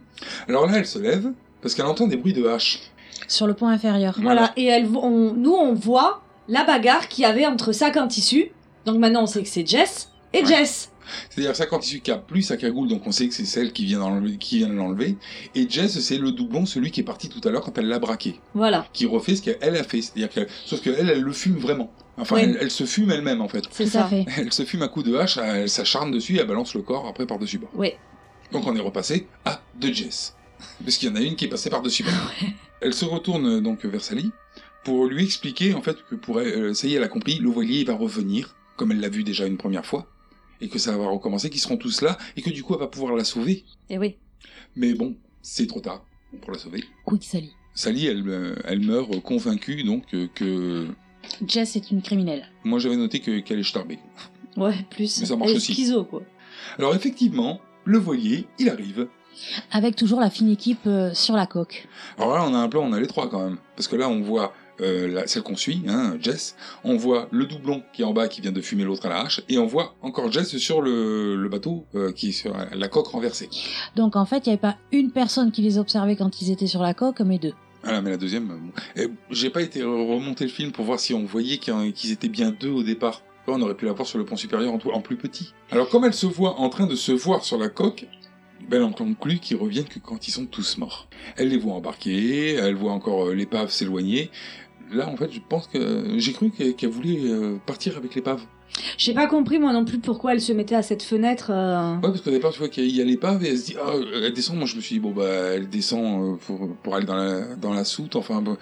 F: Alors là, elle se lève parce qu'elle entend des bruits de hache.
H: Sur le pont inférieur.
D: Voilà. Et elle, vo- on- nous, on voit la bagarre qu'il y avait entre sac en tissu. Donc maintenant, on sait que c'est Jess et
F: Ouais.
D: Jess.
F: C'est-à-dire ça quand il cap plus sa cagoule, donc on sait que c'est celle qui vient, d'enlever- qui vient de l'enlever. Et Jess, c'est le doublon, celui qui est parti tout à l'heure quand elle l'a braqué,
D: Voilà.
F: qui refait ce qu'elle a fait. C'est-à-dire que, sauf qu'elle, elle le fume vraiment. Enfin,
D: Ouais.
F: elle, elle se fume elle-même en fait.
D: C'est
H: Tout à
D: ça.
H: fait.
F: Elle se fume à coups de hache, elle s'acharne dessus, elle balance le corps après par-dessus bord.
D: Ouais.
F: Donc on est repassé à deux Jess. Parce qu'il y en a une qui est passée par-dessus bord. Elle se retourne euh, donc vers Sally pour lui expliquer en fait que pour elle, euh, ça y est, elle a compris, le voilier il va revenir, comme elle l'a vu déjà une première fois, et que ça va recommencer, qu'ils seront tous là, et que du coup elle va pouvoir la sauver.
D: Et oui.
F: Mais bon, c'est trop tard pour la sauver.
H: Quick Sally.
F: Sally, elle, euh, elle meurt euh, convaincue donc euh, que...
H: Jess est une criminelle.
F: Moi j'avais noté que- qu'elle est starbée.
D: Ouais, plus.
F: Mais ça marche
D: elle est
F: aussi.
D: schizo, quoi.
F: Alors effectivement, le voilier, il arrive.
H: Avec toujours la fine équipe euh, sur la coque.
F: Alors là, on a un plan, on a les trois quand même. Parce que là, on voit euh, la- celle qu'on suit, hein, Jess. On voit le doublon qui est en bas, qui vient de fumer l'autre à la hache. Et on voit encore Jess sur le, le bateau, euh, qui est sur la, la coque renversée.
H: Donc en fait, il n'y avait pas une personne qui les observait quand ils étaient sur la coque, mais deux.
F: Voilà, mais la deuxième... euh, bon. Et J'ai pas été remonter le film pour voir si on voyait qu'il y en- qu'ils étaient bien deux au départ. Là, on aurait pu la voir sur le pont supérieur en, tout- en plus petit. Alors comme elle se voit en train de se voir sur la coque, ben, elle en conclut qu'ils reviennent que quand ils sont tous morts. Elle les voit embarquer, elle voit encore euh, l'épave s'éloigner. Là, en fait, je pense que j'ai cru qu'elle qu'elle voulait euh, partir avec l'épave.
D: J'ai pas compris moi non plus pourquoi elle se mettait à cette fenêtre. euh,
F: Ouais, parce qu'au départ, tu vois qu'il y a l'épave et elle se dit, ah, elle descend. Moi, je me suis dit, bon, bah, elle descend euh, pour, pour aller dans la, dans la soute. Enfin, bon,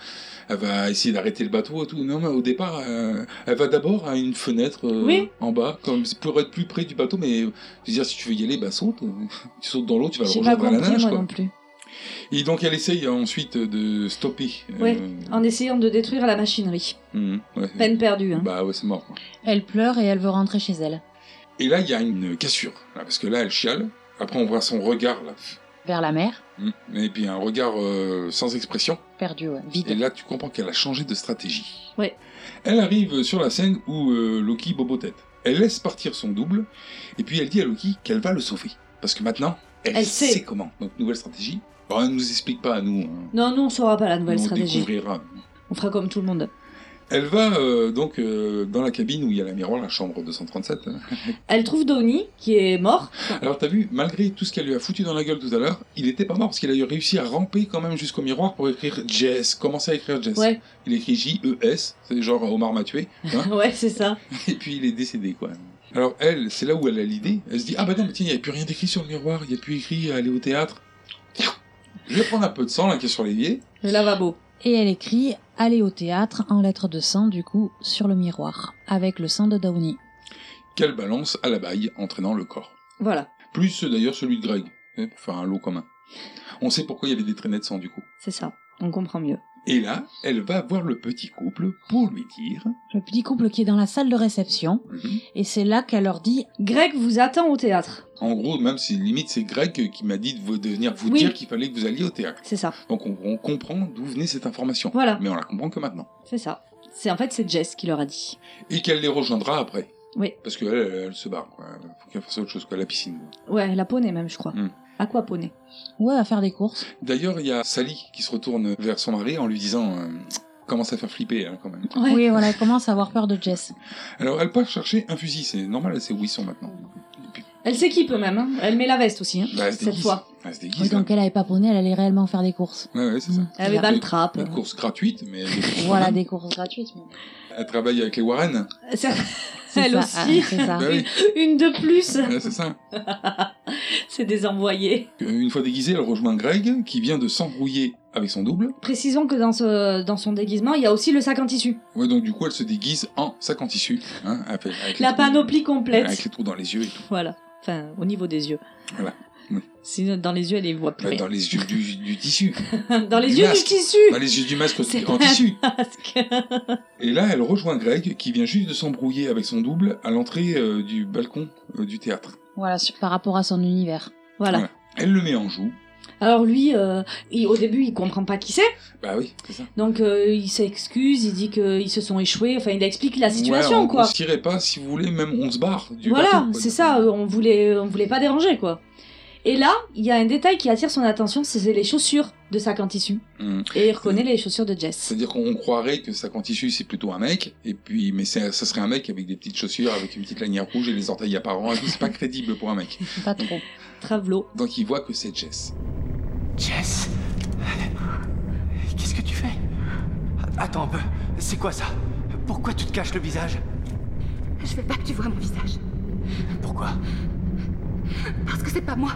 F: elle va essayer d'arrêter le bateau et tout. Non, mais au départ, euh, elle va d'abord à une fenêtre euh,
D: Oui.
F: en bas, comme c'est pour être plus près du bateau. Mais euh, je veux dire, si tu veux y aller, bah, saute. Tu sautes dans l'eau, tu vas le
D: J'ai pas
F: rejoindre à la
D: compris
F: nage,
D: moi
F: quoi.
D: non plus.
F: Et donc, elle essaye euh, ensuite de stopper. euh,
D: Ouais. En essayant de détruire la machinerie.
F: hum, ouais.
D: Peine perdue. Hein.
F: Bah, ouais, c'est mort, quoi.
H: Elle pleure et elle veut rentrer chez elle,
F: Et là, il y a une cassure. là, parce que là, elle chiale. Après, on voit son regard, là.
H: vers la mer,
F: Hum. Et puis, un regard euh, sans expression.
H: perdue, ouais,
F: Et
H: vide.
F: là, tu comprends qu'elle a changé de stratégie.
D: Ouais.
F: Elle arrive sur la scène où euh, Loki bobotette. Elle laisse partir son double, et puis elle dit à Loki qu'elle va le sauver. Parce que maintenant, elle,
D: Elle
F: sait.
D: sait.
F: comment. Donc, nouvelle stratégie. Bon, elle ne nous explique pas à nous. hein.
D: Non, nous on saura pas la nouvelle
F: Nous, on
D: stratégie.
F: découvrira.
D: On fera comme tout le monde.
F: Elle va euh, donc euh, dans la cabine où il y a la miroir, la chambre 237. hein.
D: Elle trouve Downey qui est mort.
F: Alors t'as vu, malgré tout ce qu'elle lui a foutu dans la gueule tout à l'heure, il était pas mort parce qu'il a réussi à ramper quand même jusqu'au miroir pour écrire Jess, commencer à écrire Jess.
D: Ouais,
F: Il écrit J-E-S, c'est genre euh, Omar m'a tué. hein.
D: ouais, c'est ça.
F: et puis il est décédé quoi. Alors elle, c'est là où elle a l'idée, elle se dit ah bah non mais tiens, il n'y a plus rien d'écrit sur le miroir, il n'y a plus écrit aller au théâtre. Je vais prendre un peu de sang là qui est sur l'évier.
D: Le lavabo.
H: Et elle écrit Aller au théâtre en lettres de sang, du coup, sur le miroir, avec le sang de Downey.
F: Qu'elle balance à la baille entraînant le corps.
D: Voilà,
F: Plus euh, d'ailleurs celui de Greg, hein, pour faire un lot commun. On sait pourquoi il y avait des traînées de sang du coup.
D: c'est ça. On comprend mieux.
F: Et là, elle va voir le petit couple pour lui dire.
H: Le petit couple qui est dans la salle de réception,
F: Mhm.
H: et c'est là qu'elle leur dit
D: Greg vous attend au théâtre.
F: En gros, même si limite c'est Greg qui m'a dit de, vous- de venir vous
D: Oui.
F: dire qu'il fallait que vous alliez au théâtre.
D: C'est ça.
F: Donc on, on comprend d'où venait cette information.
D: Voilà.
F: Mais on la comprend que maintenant.
D: C'est ça. C'est en fait c'est Jess qui leur a dit.
F: Et qu'elle les rejoindra après.
D: Oui.
F: Parce qu'elle, elle, elle se barre, quoi. Faut qu'elle fasse autre chose qu'à la piscine.
D: Ouais, la poney même je crois.
F: Hmm.
D: À quoi poney
H: Ouais, à faire des courses.
F: D'ailleurs, il y a Sally qui se retourne vers son mari en lui disant euh, commence à faire flipper, hein, quand même.
D: Ouais.
H: Oui, voilà, elle commence à avoir peur de Jess.
F: Alors, elle part chercher un fusil. C'est normal, c'est où ils sont maintenant. Et puis,
D: Elle s'équipe même. Hein. Elle met la veste aussi. hein,
F: bah, elle se
D: cette
F: déguise.
D: fois.
F: Elle se
H: Oui,
F: déguise. là.
H: donc Mm. elle avait pas poney, elle allait réellement faire des courses. Euh,
F: Ouais, ouais, c'est ça.
D: Elle avait pas le
F: Mais-
D: trappe.
F: Une course gratuite, mais elle, découvre
H: Voilà,
F: quand même.
H: des courses gratuites. mais-
F: elle travaille avec les Warren.
D: C'est-
H: C'est
D: Elle
H: ça,
D: aussi.
H: ah, c'est ça.
F: Bah oui,
D: Une de plus.
F: ouais, c'est ça.
D: C'est des envoyés.
F: Euh, Une fois déguisée, elle rejoint Greg qui vient de s'embrouiller avec son double.
D: Précisons que dans, ce, dans son déguisement, il y a aussi le sac en tissu.
F: Ouais, donc du coup, elle se déguise en sac en tissu. Hein, avec, avec les
D: La
F: trous-
D: panoplie
F: Avec
D: complète.
F: les trous dans les yeux et tout.
D: Voilà. Enfin, au niveau des yeux.
F: Voilà. Oui.
D: Sinon, dans les yeux, elle ne voit plus
F: Bah,
D: rien.
F: dans les yeux du, du tissu.
D: Dans les
F: du
D: yeux
F: masque.
D: du tissu
F: Dans les yeux du masque
D: C'est
F: en
D: pas-
F: tissu.
D: Parce que-
F: Et là, elle rejoint Greg qui vient juste de s'embrouiller avec son double à l'entrée euh, du balcon euh, du théâtre.
H: Voilà, sur- par rapport à son univers.
D: Voilà.
F: Ouais. Elle le met en joue.
D: Alors lui, euh, il- au début, il comprend pas qui c'est.
F: Bah oui, c'est ça.
D: Donc euh, il s'excuse, il dit qu'ils se sont échoués. Enfin, il explique la situation,
F: Ouais, on, On
D: quoi.
F: se tirait pas, si vous voulez, même on se barre du
D: Voilà,
F: bateau, quoi.
D: c'est ça. euh, On voulait, on voulait pas déranger, quoi. Et là, il y a un détail qui attire son attention, c'est les chaussures de sac en tissu.
F: Mm.
D: Et il reconnaît les chaussures de Jess.
F: C'est-à-dire qu'on croirait que sac en tissu c'est plutôt un mec, et puis mais c'est- ça serait un mec avec des petites chaussures, avec une petite lanière rouge et les orteils apparents, et tout, c'est pas crédible pour un mec.
H: Pas trop.
D: Travelo.
F: Donc il voit que c'est Jess.
B: Jess
I: Qu'est-ce que tu fais
B: Attends un peu, c'est quoi ça Pourquoi tu te caches le visage
E: Je veux pas que tu vois mon visage.
B: Pourquoi
E: Parce que c'est pas moi.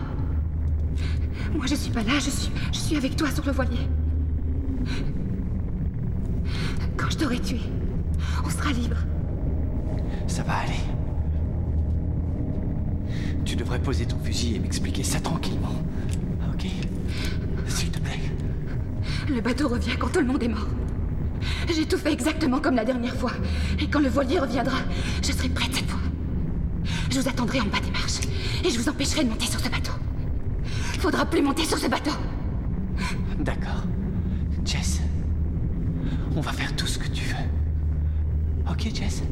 E: Moi, je suis pas là, je suis, je suis avec toi sur le voilier. Quand je t'aurai tué, on sera libre.
B: Ça va aller. Tu devrais poser ton fusil et m'expliquer ça tranquillement. Ok S'il te plaît.
E: Le bateau revient quand tout le monde est mort. J'ai tout fait exactement comme la dernière fois. Et quand le voilier reviendra, je serai prête cette fois. Je vous attendrai en bas des marches. Et je vous empêcherai de monter sur ce bateau. Faudra plus monter sur ce bateau.
B: D'accord. Jess, on va faire tout ce que tu veux. Ok, Jess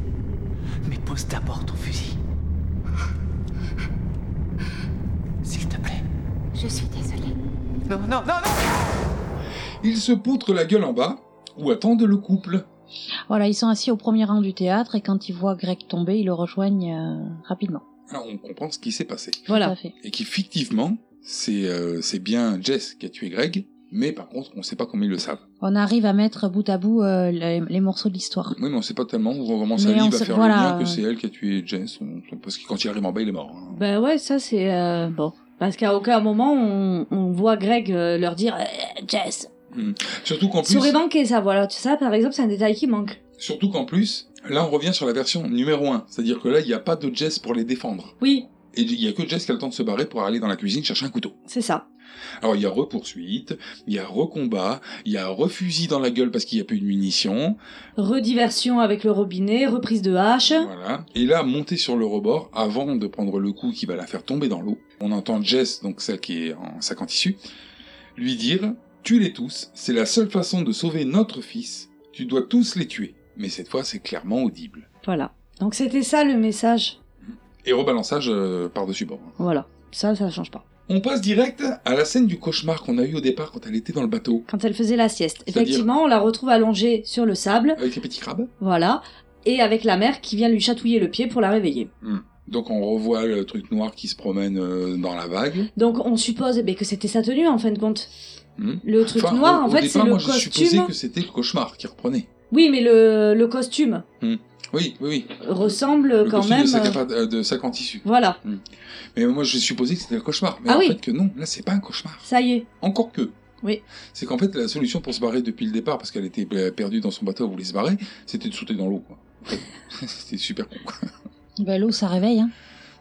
B: Mais pose d'abord ton fusil. S'il te plaît.
E: Je suis désolée.
B: Non, non, non, non
F: Il se poutre la gueule en bas, où attendent le couple.
H: Voilà, ils sont assis au premier rang du théâtre et quand ils voient Greg tomber, ils le rejoignent euh, rapidement.
F: Alors on comprend ce qui s'est passé.
H: Tout
D: Voilà.
H: à fait.
F: Et qui fictivement, c'est euh, c'est bien Jess qui a tué Greg, Mais par contre, on ne sait pas comment ils le savent.
H: On arrive à mettre bout à bout euh, les, les morceaux de l'histoire.
F: Oui, mais on ne sait pas tellement où vraiment Sally
H: on
F: va
H: sait-
F: faire
H: voilà,
F: le lien que
H: euh.
F: c'est elle qui a tué Jess. on- Parce que quand il arrive en bas, il est mort. hein.
D: Ben ouais, ça c'est euh, bon. Parce qu'à aucun moment on, on voit Greg euh, leur dire euh, Jess.
F: Surtout qu'en plus,
D: J'aurais manqué ça, voilà. Tu sais, par exemple, c'est un détail qui manque.
F: surtout qu'en plus, là, on revient sur la version numéro 1. C'est-à-dire que là, il n'y a pas de Jess pour les défendre.
D: Oui,
F: Et il n'y a que Jess qui a le temps de se barrer pour aller dans la cuisine chercher un couteau.
D: c'est ça.
F: Alors il y a repoursuite, il y a recombat, il y a refusil dans la gueule parce qu'il n'y a plus de munitions,
D: Rediversion avec le robinet, reprise de hache.
F: voilà. Et là, montée sur le rebord, avant de prendre le coup qui va la faire tomber dans l'eau, on entend Jess, donc celle qui est en sac en tissu, lui dire « Tue-les tous, c'est la seule façon de sauver notre fils, tu dois tous les tuer. » Mais cette fois, c'est clairement audible.
D: Voilà. Donc c'était ça le message.
F: Et rebalançage euh, par-dessus bord.
D: Voilà. Ça, ça change pas.
F: On passe direct à la scène du cauchemar qu'on a eu au départ quand elle était dans le bateau,
D: Quand elle faisait la sieste.
F: C'est-à-dire
D: Effectivement, on la retrouve allongée sur le sable.
F: avec les petits crabes.
D: Voilà. Et avec la mère qui vient lui chatouiller le pied pour la réveiller.
F: Donc on revoit le truc noir qui se promène euh, dans la vague.
D: Donc on suppose eh ben, que c'était sa tenue en fin de compte.
F: Hmm.
D: Le truc
F: Enfin,
D: noir,
F: au-
D: en
F: au
D: fait,
F: départ,
D: c'est le
F: moi, Je
D: costume.
F: supposais que c'était le cauchemar qui reprenait.
D: Oui, mais le, le costume
F: Oui, oui, oui.
D: ressemble
F: le
D: quand
F: costume
D: même.
F: de sac, à
D: euh,
F: pa- euh, de sac en tissu.
D: Voilà,
F: Mais moi, je supposais que c'était le cauchemar. Mais
D: Ah
F: en
D: oui.
F: fait, que non, là, c'est pas un cauchemar.
D: ça y est.
F: Encore que.
D: Oui.
F: C'est qu'en fait, la solution pour se barrer depuis le départ, parce qu'elle était euh, perdue dans son bateau, elle voulait se barrer, c'était de sauter dans l'eau. quoi. c'était super con. quoi.
H: Ben, L'eau, ça réveille. Hein.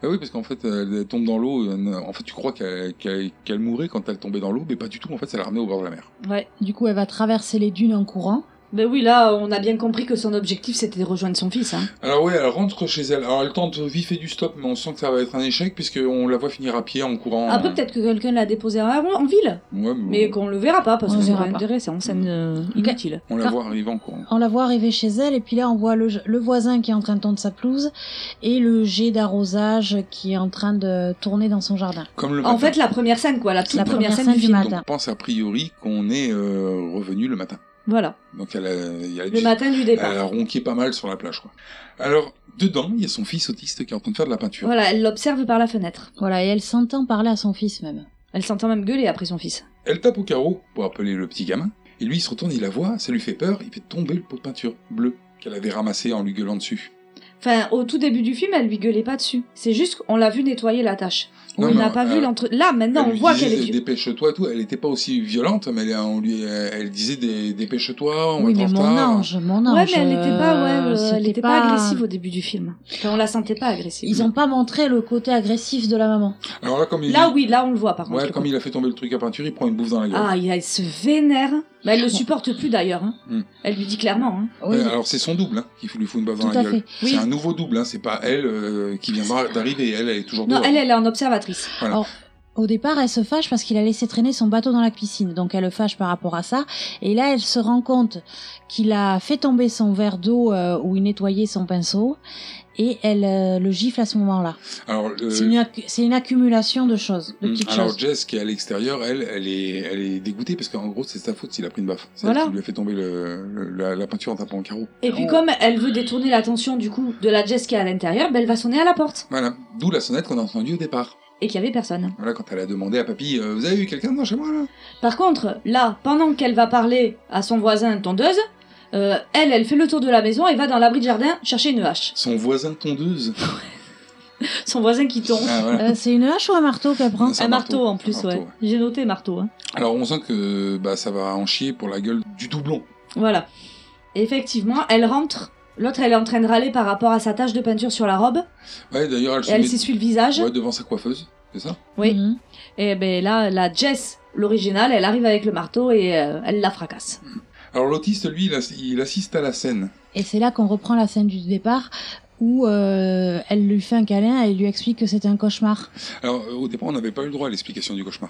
F: Bah oui, parce qu'en fait, elle tombe dans l'eau. euh, En fait, tu crois qu'elle qu'elle- qu'elle mourait quand elle tombait dans l'eau, mais pas du tout. En fait, ça la ramenait au bord de la mer.
D: Ouais.
H: Du coup, elle va traverser les dunes en courant.
D: Ben oui, là, on a bien compris que son objectif c'était de rejoindre son fils. Hein.
F: Alors oui, elle rentre chez elle. Alors elle tente vif et du stop, mais on sent que ça va être un échec puisqu'on la voit finir à pied en courant.
D: Après,
F: euh,
D: peut-être que quelqu'un l'a déposé en, en ville,
F: Ouais, mais
D: mais
F: bon,
D: qu'on le verra pas parce
H: On
D: que
H: le
D: c'est
H: verra
D: pas
H: pas.
D: intéressant, scène euh, inutile.
F: on la voit arriver en courant.
H: On la voit arriver chez elle, et puis là, on voit le, le voisin qui est en train de tondre sa pelouse, et le jet d'arrosage qui est en train de tourner dans son jardin.
F: Comme le
D: En
F: matin.
D: fait, la première scène, quoi, la toute
H: La
D: première, scène du film.
H: matin.
F: Donc, pense a priori qu'on est euh, revenu le matin.
D: Voilà,
F: Donc elle a, elle a
D: le
F: dû-
D: matin du
F: elle
D: départ.
F: a ronqué pas mal sur la plage. quoi. Alors, dedans, il y a son fils autiste qui est en train de faire de la peinture.
D: Voilà, elle l'observe par la fenêtre.
H: Voilà, et elle s'entend parler à son fils même.
D: Elle s'entend même gueuler après son fils.
F: Elle tape au carreau pour appeler le petit gamin. Et lui, il se retourne, il la voit, ça lui fait peur, il fait tomber le pot de peinture bleu qu'elle avait ramassé en lui gueulant dessus.
D: Enfin, au tout début du film, elle lui gueulait pas dessus. C'est juste qu'on l'a vu nettoyer la tâche.
F: Non,
D: on n'a
F: non,
D: pas
F: euh,
D: vu l'entre. Là, maintenant, on
F: elle lui
D: voit
F: disait,
D: qu'elle est vieux.
F: Dépêche-toi, et tout. Elle n'était pas aussi violente, mais elle, on lui, elle disait des- dépêche-toi, on
H: oui,
F: va
H: mais
F: être en
H: mon
F: retard.
H: ange, mon ange.
D: ouais, mais elle n'était pas, ouais,
H: euh,
D: euh, elle
H: c'était
D: était pas... agressive au début du film. Enfin, on la sentait pas agressive.
H: Ils ont pas montré le côté agressif de la maman.
F: Alors là, comme il,
D: Là, oui, là, on le voit par
F: ouais,
D: contre. le
F: comme
D: coup.
F: il a fait tomber le truc à peinture, il prend une bouffe dans la gueule.
D: Ah, il a- elle se vénère. Mais elle le supporte plus d'ailleurs. hein.
F: Hmm.
D: Elle lui dit clairement. hein.
H: Oui,
F: Ouais, alors c'est son double hein, qui lui fout une baffe dans
H: Tout
F: la
H: à
F: gueule.
H: fait.
F: C'est un nouveau double, hein, c'est pas elle euh, qui viendra d'arriver, elle, elle est toujours
D: Non,
F: dehors.
D: elle, elle est en observatrice.
H: Au départ, elle se fâche parce qu'il a laissé traîner son bateau dans la piscine, donc elle le fâche par rapport à ça. Et là, elle se rend compte qu'il a fait tomber son verre d'eau euh, où il nettoyait son pinceau, et elle euh, le gifle à ce moment-là.
F: Alors, euh,
H: C'est une, accu- c'est une accumulation de choses, de
F: hum,
H: petites
F: alors
H: choses.
F: Jess qui est à l'extérieur, elle, elle est, elle est dégoûtée parce qu'en gros c'est sa faute s'il a pris une baffe. C'est
D: Voilà.
F: elle qui lui a fait tomber le, le- la, la peinture en tapant le carreau.
D: Et puis, comme elle veut détourner l'attention du coup de la Jess qui est à l'intérieur, ben, elle va sonner à la porte.
F: Voilà, d'où la sonnette qu'on a entendue au départ.
D: Et qu'il y avait personne.
F: Voilà, quand elle a demandé à papy, euh, vous avez eu quelqu'un dans chez moi là
D: Par contre, là, pendant qu'elle va parler à son voisin tondeuse, euh, elle, elle fait le tour de la maison et va dans l'abri de jardin chercher une hache.
F: Son voisin tondeuse.
D: Son voisin qui tombe.
F: Ah, voilà.
H: Euh, c'est une hache ou un marteau qu'elle prend
F: C'est
D: Un
F: un
D: marteau,
F: marteau,
D: en plus,
F: un marteau,
D: ouais.
F: ouais.
D: J'ai noté marteau. hein.
F: Alors on sent que bah, ça va en chier pour la gueule du doublon.
D: Voilà. Et effectivement, elle rentre. L'autre, elle est en train de râler par rapport à sa tache de peinture sur la robe.
F: Ouais, d'ailleurs elle
D: Et elle
F: se
D: s'essuie le visage.
F: met ouais, devant sa coiffeuse, c'est ça
D: Oui.
H: Mhm.
D: Et ben là, la Jess, l'originale, elle arrive avec le marteau et euh, elle la fracasse.
F: Alors l'autiste, lui, il, ass- il assiste à la scène.
H: Et c'est là qu'on reprend la scène du départ où euh, elle lui fait un câlin et elle lui explique que c'était un cauchemar.
F: Alors euh, au départ, on n'avait pas eu le droit à l'explication du cauchemar.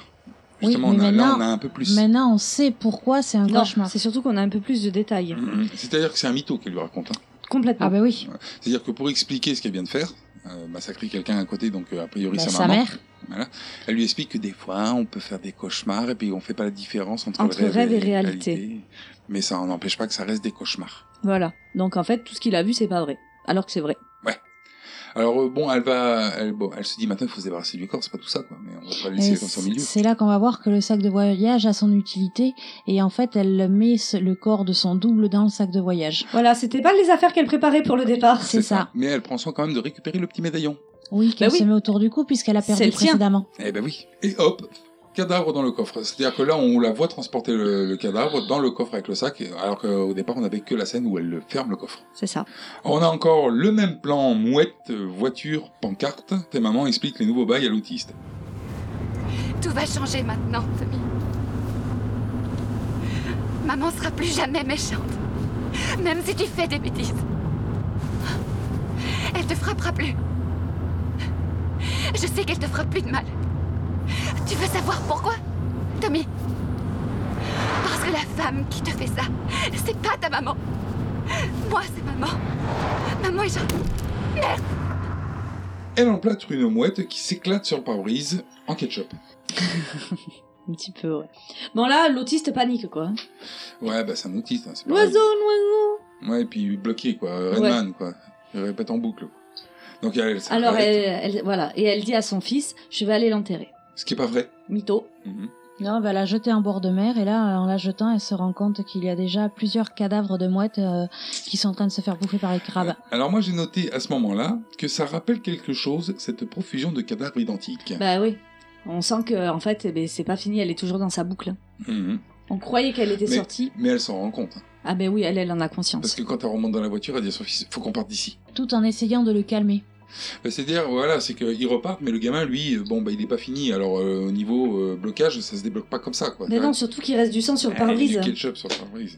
H: Oui,
F: Justement,
H: mais
F: on a- là,
H: maintenant-
F: on a un peu plus.
H: Maintenant, on sait pourquoi c'est un
D: Non,
H: cauchemar.
D: c'est surtout qu'on a un peu plus de détails.
F: Mhm. C'est-à-dire que c'est un mytho qu'elle lui raconte. hein.
D: Complètement.
H: Ah bah oui,
F: C'est-à-dire que pour expliquer ce qu'elle vient de faire, euh, massacrer quelqu'un à côté, donc euh, a priori
H: Bah,
F: sa,
H: sa
F: maman,
H: mère.
F: elle lui explique que des fois, on peut faire des cauchemars et puis on fait pas la différence entre,
D: Entre
F: le rêve,
D: rêve et
F: et
D: réalité.
F: Mais ça en empêche pas que ça reste des cauchemars.
D: Voilà. Donc en fait, tout ce qu'il a vu, c'est pas vrai. Alors que c'est vrai.
F: Alors euh, bon, elle va, elle, bon, elle se dit maintenant il faut se débarrasser du corps, c'est pas tout ça quoi. Mais on va pas le
H: Et
F: laisser comme ça au milieu.
H: C'est là qu'on va voir que le sac de voyage a son utilité et en fait elle met ce- le corps de son double dans le sac de voyage.
D: Voilà, c'était pas les affaires qu'elle préparait pour le départ.
H: C'est ça.
F: Mais elle prend soin quand même de récupérer le petit médaillon.
H: Oui, qu'elle
D: Bah oui.
H: se met autour du cou puisqu'elle a
D: C'est
H: perdu
D: le tien.
H: précédemment.
F: Eh ben oui. Et hop, cadavre dans le coffre. C'est-à-dire que là, on la voit transporter le, le cadavre dans le coffre avec le sac, alors qu'au départ, on n'avait que la scène où elle ferme le coffre.
D: C'est ça.
F: On a encore le même plan mouette, euh, voiture, pancarte. Tes mamans expliquent les nouveaux bails à l'autiste.
E: Tout va changer maintenant, Tommy. Maman sera plus jamais méchante. Même si tu fais des bêtises. Elle te frappera plus. Je sais qu'elle te fera plus de mal. Tu veux savoir pourquoi, Tommy Parce que la femme qui te fait ça, c'est pas ta maman. Moi, c'est maman. Maman et je...
F: Elle emplâtre une mouette qui s'éclate sur le pare-brise en ketchup.
D: Un petit peu, ouais. Bon, là, l'autiste panique, quoi.
F: Ouais, bah c'est un autiste. hein, c'est pareil.
D: L'oiseau, l'oiseau
F: Ouais, et puis bloqué, quoi. Redman, quoi. Il répète en boucle. Donc elle, s'arrête,
D: Alors, elle, elle- voilà. Et elle dit à son fils Je vais aller l'enterrer.
F: Ce qui est pas vrai.
D: Mytho.
F: Mhm.
H: Non, bah, elle va la jeter en bord de mer et là, en la jetant, elle se rend compte qu'il y a déjà plusieurs cadavres de mouettes euh, qui sont en train de se faire bouffer par les crabes.
F: Alors moi j'ai noté à ce moment-là que ça rappelle quelque chose, cette profusion de cadavres identiques.
D: Bah oui. On sent que, en fait, eh ben, c'est pas fini, elle est toujours dans sa boucle.
F: Mhm.
D: On croyait qu'elle était
F: Mais-
D: sortie.
F: Mais elle s'en rend compte. hein.
D: Ah, ben oui, elle, elle en a
F: Parce
D: conscience.
F: que quand elle remonte dans la voiture, elle dit à son fils, faut qu'on parte d'ici.
H: Tout en essayant de le calmer.
F: Bah, C'est-à-dire, voilà, c'est qu'ils repartent, mais le gamin, lui, euh, bon, bah il n'est pas fini. Alors euh, au niveau euh, blocage, ça se débloque pas comme ça, quoi.
D: Mais non, surtout qu'il reste du sang sur le
F: Ah, il y a
D: pare-brise.
F: Du ketchup sur le pare-brise.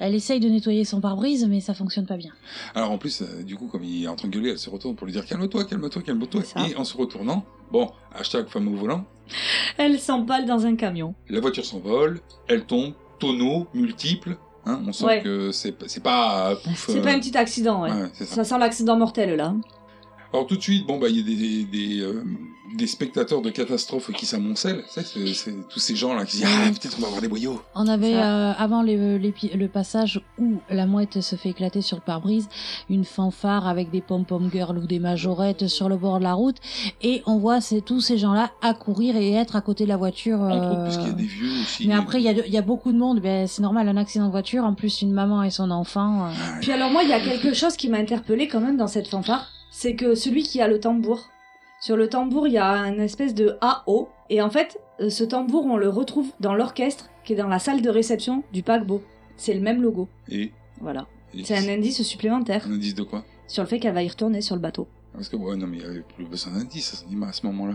H: Elle essaye de nettoyer son pare-brise, mais ça fonctionne pas bien.
F: Alors en plus, euh, du coup, comme il est en train de gueuler, elle se retourne pour lui dire calme-toi, calme-toi, calme-toi.
D: C'est ça.
F: Et en se retournant, bon, hashtag femme au volant,
D: Elle s'emballe dans un camion.
F: la voiture s'envole, elle tombe, tonneau, multiple. Hein, on sent
D: Ouais.
F: que c'est p- c'est pas euh, pouf.
D: C'est
F: euh,
D: pas un petit accident, ouais.
F: ouais, c'est ça.
D: Ça sent l'accident mortel, là.
F: Alors tout de suite, bon bah il y a des, des, des, euh, des spectateurs de catastrophes qui s'amoncellent. C'est, c'est, c'est tous ces gens là qui disent ah peut-être on va avoir des boyaux.
H: On avait
D: Ça.
H: euh, avant les- l'épi- le passage où la mouette se fait éclater sur le pare-brise, une fanfare avec des pom-pom girls ou des majorettes sur le bord de la route, et on voit ces- tous ces gens-là accourir et être à côté de la voiture.
F: Entre autres
H: euh,
F: parce qu'il y a des vieux aussi.
H: Mais après, il y, a de- il y a beaucoup de monde, ben, c'est normal, un accident de voiture, en plus une maman et son enfant. euh.
D: Puis alors moi, il y a quelque chose qui m'a interpellée quand même dans cette fanfare, c'est que celui qui a le tambour, sur le tambour, il y a un espèce de AO, et en fait, euh, ce tambour, on le retrouve dans l'orchestre qui est dans la salle de réception du paquebot. C'est le même logo.
F: Et,
D: Voilà.
F: et-
D: C'est un indice supplémentaire
F: un indice de quoi
D: sur le fait qu'elle va y retourner sur le bateau.
F: Parce que ouais non mais il y avait plus besoin d'indice à ce moment- à ce moment-là.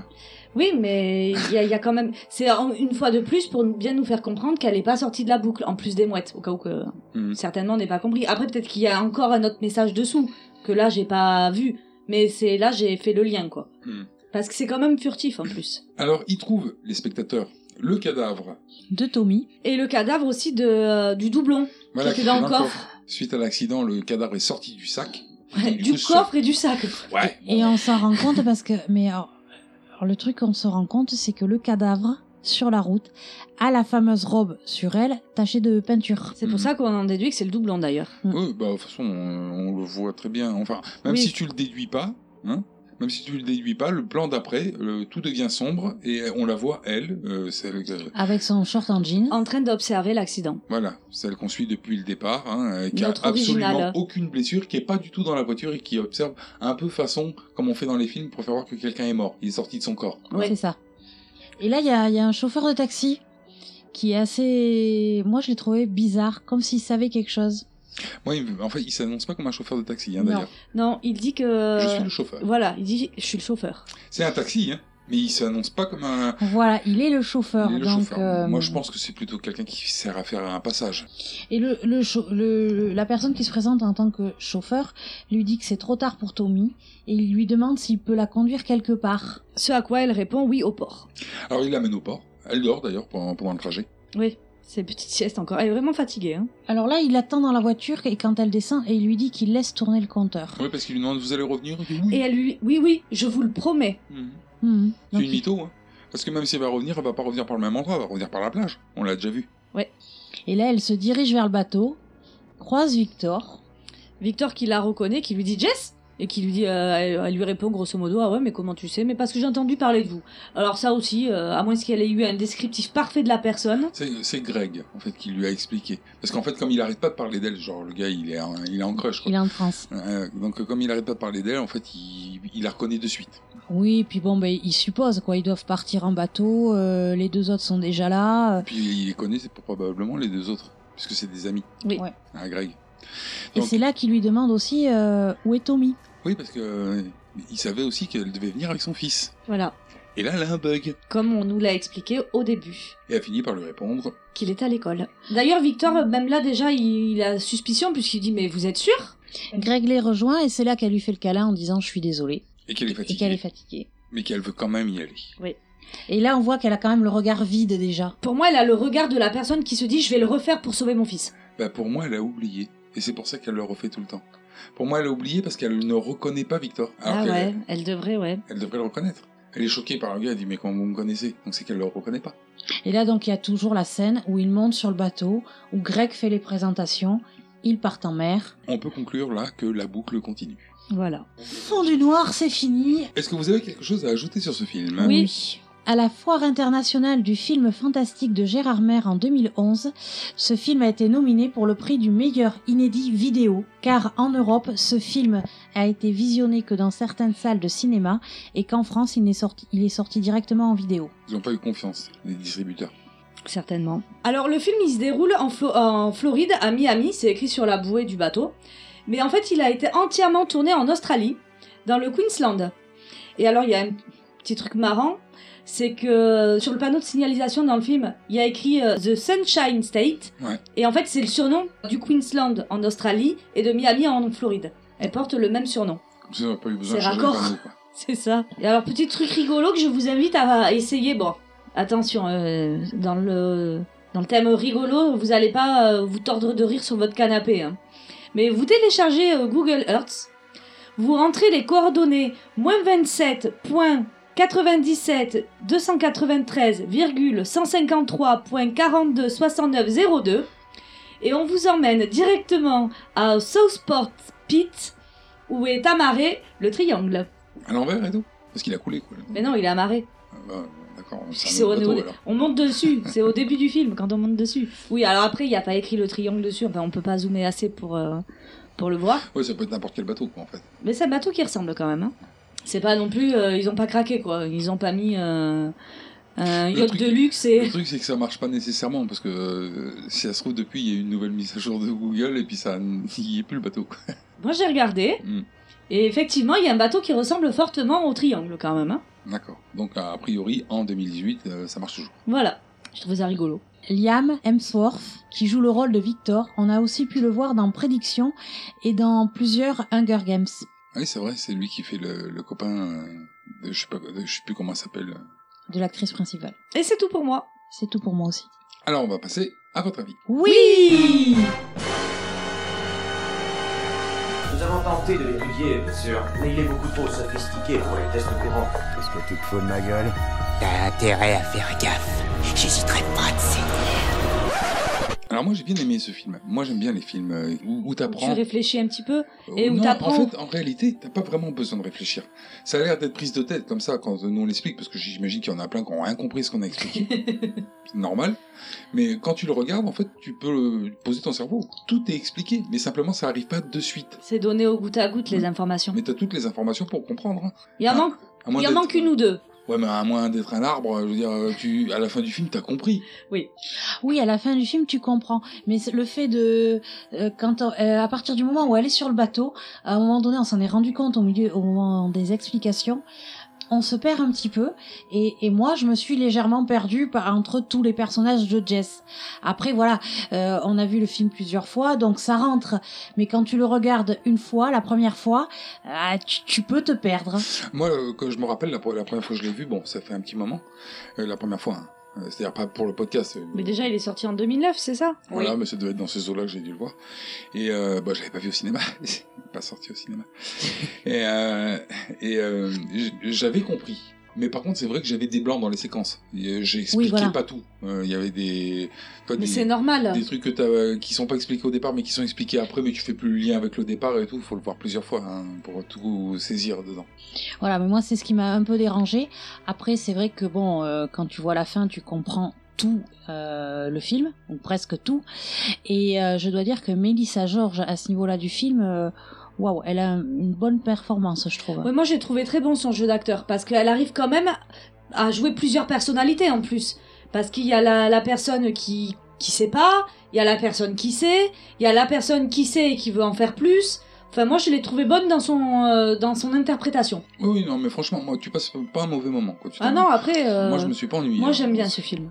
D: Oui, mais il y, a- il y a quand même... C'est en- une fois de plus pour bien nous faire comprendre qu'elle n'est pas sortie de la boucle, en plus des mouettes, au cas où que
F: Mhm.
D: certainement n'est pas compris. Après, peut-être qu'il y a encore un autre message dessous, que là, j'ai pas vu. Mais c'est là, j'ai fait le lien, quoi.
F: Mhm.
D: Parce que c'est quand même furtif, en plus.
F: Alors ils trouvent les spectateurs le cadavre.
H: De Tommy.
D: Et le cadavre aussi de, euh, du doublon.
F: Voilà,
D: Qui était
F: qui
D: dans
F: était
D: le coffre.
F: Suite à l'accident, le cadavre est sorti du sac. Et
D: du
F: coup, ce-
D: coffre et du sac.
F: Ouais.
H: Et on s'en rend compte parce que. Mais alors, alors, le truc qu'on se rend compte, c'est que le cadavre, sur la route, a la fameuse robe sur elle, tachée de peinture.
D: C'est pour
F: Mhm.
D: ça qu'on en déduit que c'est le doublon, d'ailleurs.
F: Oui, bah, de toute façon, on, on le voit très bien. Enfin, même
D: Oui.
F: si tu le déduis pas, hein, même si tu le déduis pas, le plan d'après, euh, tout devient sombre et on la voit, elle, euh, celle, que-
H: Avec son short en jean.
D: En train d'observer l'accident.
F: voilà, celle qu'on suit depuis le départ, hein, euh, qui a
D: Notre
F: absolument
D: originale.
F: aucune blessure, qui est pas du tout dans la voiture et qui observe un peu façon comme on fait dans les films pour faire voir que quelqu'un est mort, il est sorti de son corps.
D: Ouais.
H: C'est ça. Et là, il y a, il y a un chauffeur de taxi qui est assez. Moi, je l'ai trouvé bizarre, comme s'il savait quelque chose.
F: Moi, il- en fait, il s'annonce pas comme un chauffeur de taxi, hein,
H: Non.
F: d'ailleurs.
D: Non, Euh, il dit que...
F: Je suis le chauffeur.
D: Voilà, il dit, je suis le chauffeur.
F: C'est un taxi, hein, mais il s'annonce pas comme un.
H: Voilà, il est le chauffeur.
F: il est le
H: donc,
F: chauffeur.
H: euh,
F: Moi, je pense que c'est plutôt quelqu'un qui sert à faire un passage.
H: Et le, le chau- le- la personne qui se présente en tant que chauffeur lui dit que c'est trop tard pour Tommy et il lui demande s'il peut la conduire quelque part.
D: Ce à quoi elle répond oui au port.
F: Alors, il l'amène au port. Elle dort d'ailleurs pendant, pendant le trajet.
D: Oui, c'est une petite sieste encore. Elle est vraiment fatiguée. Hein.
H: Alors là, il l'attend dans la voiture et quand elle descend, et il lui dit qu'il laisse tourner le compteur.
F: Oui, parce qu'il lui demande Vous allez revenir Il dit, Oui.
D: Et elle lui, oui, oui, je vous le promets.
F: Mhm.
H: Mhm.
F: C'est
H: Donc,
F: une mytho, hein. Parce que même si elle va revenir, elle va pas revenir par le même endroit, elle va revenir par la plage. On l'a déjà vu.
H: Et là, elle se dirige vers le bateau, croise Victor.
D: Victor qui la reconnaît, qui lui dit Jess, et qui lui dit, euh, elle, elle lui répond grosso modo, ah ouais, mais comment tu sais Mais parce que j'ai entendu parler de vous. Alors ça aussi, euh, à moins qu'elle ait eu un descriptif parfait de la personne.
F: C'est c'est Greg, en fait, qui lui a expliqué. Parce qu'en fait, comme il arrête pas de parler d'elle, genre le gars, il est en, il est en crush, quoi.
H: Il est en France.
F: Euh, donc, comme il arrête pas de parler d'elle, en fait, il, il la reconnaît de suite.
H: Oui, puis bon, ben, ils supposent, quoi. Ils doivent partir en bateau. euh, les deux autres sont déjà là. euh.
F: Puis il les connaît, c'est probablement les deux autres, puisque c'est des amis.
H: Oui. Ouais.
F: Hein, Greg.
H: Et
F: Donc-
H: c'est là qu'ils lui demandent aussi euh, où est Tommy.
F: Oui, parce que euh, il savait aussi qu'elle devait venir avec son fils.
D: Voilà,
F: Et là, elle a un bug.
D: comme on nous l'a expliqué au début.
F: Et a fini par lui répondre.
D: qu'il est à l'école. D'ailleurs, Victor, même là déjà, il, il a suspicion puisqu'il dit mais vous êtes sûr
H: Greg les rejoint et c'est là qu'elle lui fait le câlin en disant je suis désolée
F: Et qu'elle est
H: et
F: fatiguée.
H: qu'elle est fatiguée.
F: Mais qu'elle veut quand même y aller.
H: Et là on voit qu'elle a quand même le regard vide déjà.
D: Pour moi, elle a le regard de la personne qui se dit je vais le refaire pour sauver mon fils.
F: Bah, pour moi, elle a oublié. Et c'est pour ça qu'elle le refait tout le temps. Pour moi, elle a oublié parce qu'elle ne reconnaît pas Victor. Alors qu'elle-
D: elle devrait Ah ouais.
F: Elle devrait le reconnaître. Elle est choquée par le gars, elle dit mais comment vous me connaissez Donc c'est qu'elle le reconnaît pas.
H: Et là donc il y a toujours la scène où ils montent sur le bateau, où Greg fait les présentations, ils partent en mer.
F: On peut conclure là que la boucle continue.
H: Voilà. Fond du noir, c'est fini.
F: Est-ce que vous avez quelque chose à ajouter sur ce film hein?
D: Oui.
H: À la foire internationale du film fantastique de Gérard Maire en 2011, ce film a été nominé pour le prix du meilleur inédit vidéo, car en Europe, ce film a été visionné que dans certaines salles de cinéma et qu'en France, il est sorti, il est sorti directement en vidéo.
F: Ils n'ont pas eu confiance, les distributeurs.
D: Certainement. Alors le film il se déroule en, Flo- en Floride, à Miami, c'est écrit sur la bouée du bateau. Mais en fait il a été entièrement tourné en Australie, dans le Queensland. Et alors il y a un petit truc marrant, c'est que sur le panneau de signalisation dans le film, il y a écrit euh, The Sunshine State.
F: Ouais.
D: Et en fait c'est le surnom du Queensland en Australie et de Miami en Floride. Elle porte le même surnom.
F: Comme ça, on n'a pas eu besoin de
D: C'est
F: changer le
D: raccord.
F: panneau. quoi.
D: C'est ça. Et alors, petit truc rigolo que je vous invite à essayer. Bon, attention, euh, dans, le, dans le thème rigolo, vous allez pas euh, vous tordre de rire sur votre canapé. hein. Mais vous téléchargez euh, Google Earth, vous rentrez les coordonnées moins 27 point 97 293 153 point 42 69 02 et on vous emmène directement à Southport Pit où est amarré le triangle.
F: À l'envers et tout Parce qu'il a coulé quoi.
D: Mais non, il est amarré.
F: Ah, bah, D'accord,
D: C'est
F: c'est
D: au-
F: un autre bateau
D: au-
F: alors.
D: on monte dessus, c'est au début du film quand on monte dessus. Oui, alors après, il n'y a pas écrit le triangle dessus, enfin on peut pas zoomer assez pour, euh, pour le voir.
F: Ouais, ça peut être n'importe quel bateau quoi en fait.
D: Mais c'est un bateau qui ressemble quand même. hein. C'est pas non plus, euh, ils ont pas craqué quoi, ils ont pas mis euh, un
F: Le
D: yacht
F: truc-
D: de luxe
F: Le
D: et.
F: truc c'est que ça marche pas nécessairement parce que euh, si ça se trouve depuis il y a eu une nouvelle mise à jour de Google et puis ça n- il n'y est plus le bateau quoi.
D: Moi j'ai regardé,
F: Hmm.
D: et effectivement, il y a un bateau qui ressemble fortement au triangle quand même. hein.
F: D'accord. Donc a priori en 2018 euh, ça marche toujours.
D: Voilà, je trouve ça rigolo.
H: Liam Hemsworth, qui joue le rôle de Victor, on a aussi pu le voir dans Prédiction et dans plusieurs Hunger Games.
F: Ah oui c'est vrai, c'est lui qui fait le, le copain euh, de je sais pas de- je sais plus comment il s'appelle.
H: de l'actrice principale.
D: Et c'est tout pour moi.
H: C'est tout pour moi aussi.
F: Alors on va passer à votre avis.
H: Oui
J: Nous avons tenté de l'étudier, bien sûr, mais il est beaucoup trop sophistiqué pour les tests courants.
G: Qu'est-ce que tu te fous de ma gueule
J: T'as intérêt à faire gaffe. J'hésiterai pas de
F: Alors moi j'ai bien aimé ce film. Moi j'aime bien les films euh, où, où
D: Tu
F: t'apprends.
D: réfléchis un petit peu.
F: Euh,
D: et où
F: non,
D: t'apprends.
F: En fait, en réalité, t'as pas vraiment besoin de réfléchir. Ça a l'air d'être prise de tête comme ça quand euh, nous on l'explique, parce que j'imagine qu'il y en a plein qui ont rien compris ce qu'on a expliqué. C'est normal. Mais quand tu le regardes, en fait, tu peux euh, poser ton cerveau. Tout est expliqué, mais simplement ça arrive pas de suite.
D: C'est donné au goutte à goutte les informations.
F: Mais t'as toutes les informations pour comprendre. hein.
D: Il y en
F: Ah,
D: manque,
F: À
D: il y en
F: d'être-
D: manque une ou deux.
F: Ouais, mais à moins d'être un arbre, euh, je veux dire, euh, tu, à la fin du film, t'as compris.
H: Oui, à la fin du film, tu comprends. Mais c'est- le fait de... euh, quand on- euh, à partir du moment où elle est sur le bateau, à un moment donné, on s'en est rendu compte au milieu, au moment des explications, on se perd un petit peu. Et, et moi, je me suis légèrement perdue par, entre tous les personnages de Jess. Après, voilà, euh, on a vu le film plusieurs fois, donc ça rentre. Mais quand tu le regardes une fois, la première fois, ah, tu, tu peux te perdre.
F: Moi, euh, que je me rappelle, la, pre- la première fois que je l'ai vu, bon, ça fait un petit moment. Euh, la première fois, hein. Euh, c'est-à-dire pas pour le podcast. euh,
D: Mais déjà, il est sorti en 2009, c'est ça
F: Voilà, mais ça devait être dans ces eaux-là que j'ai dû le voir. Et euh, bah, je l'avais pas vu au cinéma, pas sorti au cinéma. et euh, et euh, j- j'avais compris. Mais par contre, c'est vrai que j'avais des blancs dans les séquences. Et, euh, J'expliquais
H: voilà.
F: pas tout. Euh, Il y avait des, toi,
D: Mais
F: des-
D: c'est normal.
F: des trucs que t'as- euh, qui sont pas expliqués au départ, mais qui sont expliqués après, mais tu fais plus le lien avec le départ et tout. Faut le voir plusieurs fois hein, pour tout saisir dedans.
H: Voilà, mais moi c'est ce qui m'a un peu dérangé. Après, c'est vrai que bon, euh, quand tu vois la fin, tu comprends tout euh, le film, ou presque tout. Et euh, je dois dire que Mélissa George, à ce niveau-là du film, euh, waouh, elle a un- une bonne performance, je trouve.
D: Ouais, moi, j'ai trouvé très bon son jeu d'acteur parce qu'elle arrive quand même à jouer plusieurs personnalités en plus. Parce qu'il y a la, la personne qui, qui sait pas, il y a la personne qui sait, il y a la personne qui sait et qui veut en faire plus. Enfin, moi, je l'ai trouvée bonne dans son, euh, dans son interprétation.
F: Oui, oui, non, mais franchement, moi, tu passes pas un mauvais moment. Quoi. Tu
D: Ah
F: t'ennuies.
D: non, après. euh,
F: Moi, je me suis pas ennuyé.
D: moi,
F: hein.
D: j'aime bien ce film.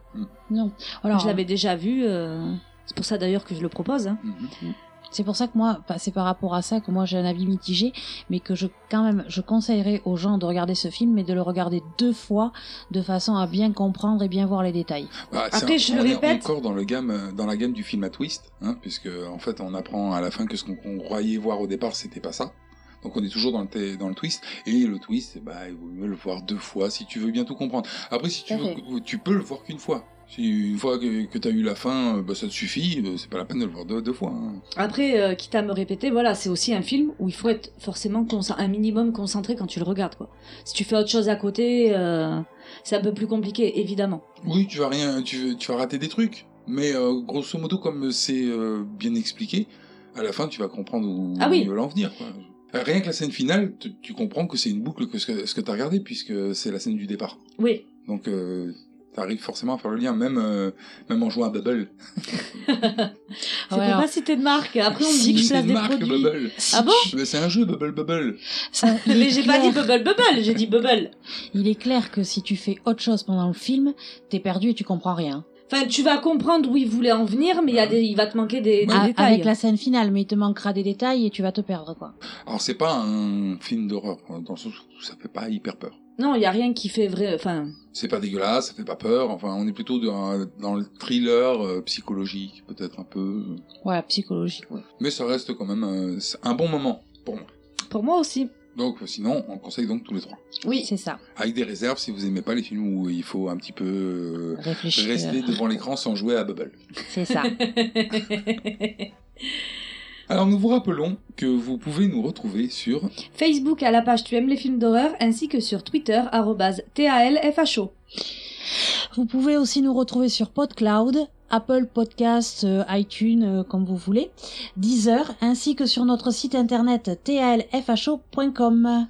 H: Non.
D: je l'avais déjà vu. euh, C'est pour ça d'ailleurs que je le propose. hein.
F: Mhm.
H: C'est pour ça que moi, bah, c'est par rapport à ça que moi j'ai un avis mitigé, mais que je quand même, je conseillerais aux gens de regarder ce film, mais de le regarder deux fois, de façon à bien comprendre et bien voir les détails.
F: Bah, c'est
D: Après,
F: un-
D: je le
F: on est
D: répète-
F: encore dans, le gamme, euh, dans la gamme du film à twist, hein, puisque en fait, on apprend à la fin que ce qu'on qu'on croyait voir au départ, c'était pas ça. Donc on est toujours dans le, t- dans le twist. Et le twist, bah, il vaut mieux le voir deux fois si tu veux bien tout comprendre. Après, si tu,
H: Tout à
F: veux- tu peux le voir qu'une fois. Si une fois que, tu as eu la fin, euh, bah, ça te suffit, euh, c'est pas la peine de le voir deux, deux fois. hein.
D: Après, euh, quitte à me répéter, voilà, c'est aussi un film où il faut être forcément conce- un minimum concentré quand tu le regardes, quoi. Si tu fais autre chose à côté, euh, c'est un peu plus compliqué, évidemment.
F: Oui, tu vas rien, tu, tu vas rater des trucs. Mais euh, grosso modo, comme c'est euh, bien expliqué, à la fin, tu vas comprendre où
D: Ah oui.
F: ils veulent en venir. quoi. Euh, Rien que la scène finale, tu, tu comprends que c'est une boucle que ce que, ce que t'as regardé, puisque c'est la scène du départ.
D: Oui.
F: Donc, euh, t'arrives forcément à faire le lien, même, euh, même en jouant à Bubble.
D: C'est
H: Ouais,
D: pour
H: alors-
D: pas citer de marque. Après, on me
F: Si,
D: dit que je
F: c'est
D: place
F: une
D: des
F: marque,
D: produits.
F: Bubble.
D: Ah bon
F: Mais C'est un jeu, Bubble Bubble.
H: Ça, il est
D: Mais j'ai pas
H: clair-
D: dit bubble bubble, j'ai dit bubble.
H: Il est clair que si tu fais autre chose pendant le film, t'es perdu et tu comprends rien.
D: Enfin, tu vas comprendre où il voulait en venir, mais il, y a des, il va te manquer des, des
F: Ah,
H: A-
D: détails.
H: Avec la scène finale, mais il te manquera des détails et tu vas te perdre, quoi.
F: Alors, c'est pas un film d'horreur, hein, dans le sens où ça fait pas hyper peur.
D: Non, il y a rien qui fait vrai. Enfin,
F: C'est pas dégueulasse, ça fait pas peur. Enfin, on est plutôt dans, dans le thriller euh, psychologique, peut-être un peu. euh,
H: Ouais, psychologique, ouais.
F: Mais ça reste quand même euh, c'est un bon moment pour moi.
D: pour moi aussi.
F: Donc, euh, sinon, on conseille donc tous les trois.
D: Oui.
H: C'est ça.
F: Avec des réserves si vous aimez pas les films où il faut un petit peu euh,
H: Réfléchir.
F: rester devant l'écran sans jouer à Bubble.
H: C'est ça.
F: Alors, nous vous rappelons que vous pouvez nous retrouver sur
D: Facebook à la page Tu aimes les films d'horreur, ainsi que sur Twitter, arrobase TALFHO.
H: Vous pouvez aussi nous retrouver sur PodCloud, Apple Podcasts, euh, iTunes, euh, comme vous voulez, Deezer, ainsi que sur notre site internet talfho.com.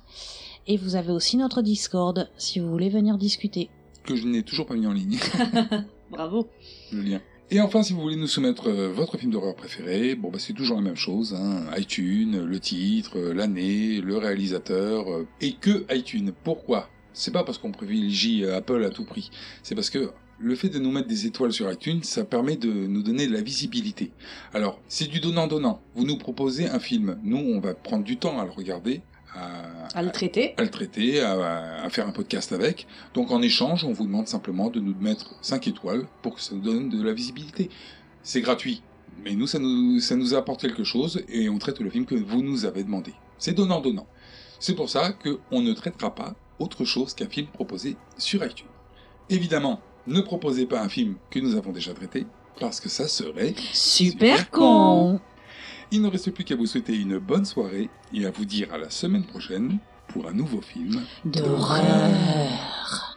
H: Et vous avez aussi notre Discord, si vous voulez venir discuter.
F: que je n'ai toujours pas mis en ligne
D: Bravo.
F: le lien. Et enfin, si vous voulez nous soumettre euh, votre film d'horreur préféré, bon bah c'est toujours la même chose, hein, iTunes, le titre, euh, l'année, le réalisateur, euh, et que iTunes. Pourquoi C'est pas parce qu'on privilégie euh, Apple à tout prix, c'est parce que le fait de nous mettre des étoiles sur iTunes, ça permet de nous donner de la visibilité. Alors, c'est du donnant-donnant. Vous nous proposez un film, nous on va prendre du temps à le regarder, à,
D: à le traiter.
F: à le traiter, à, à faire un podcast avec. Donc en échange, on vous demande simplement de nous mettre 5 étoiles pour que ça nous donne de la visibilité. C'est gratuit, mais nous ça, nous, ça nous apporte quelque chose et on traite le film que vous nous avez demandé. C'est donnant-donnant. C'est pour ça qu'on ne traitera pas autre chose qu'un film proposé sur iTunes. Évidemment, ne proposez pas un film que nous avons déjà traité, parce que ça serait...
D: Super con
F: Il ne reste plus qu'à vous souhaiter une bonne soirée et à vous dire à la semaine prochaine pour un nouveau film.
H: D'horreur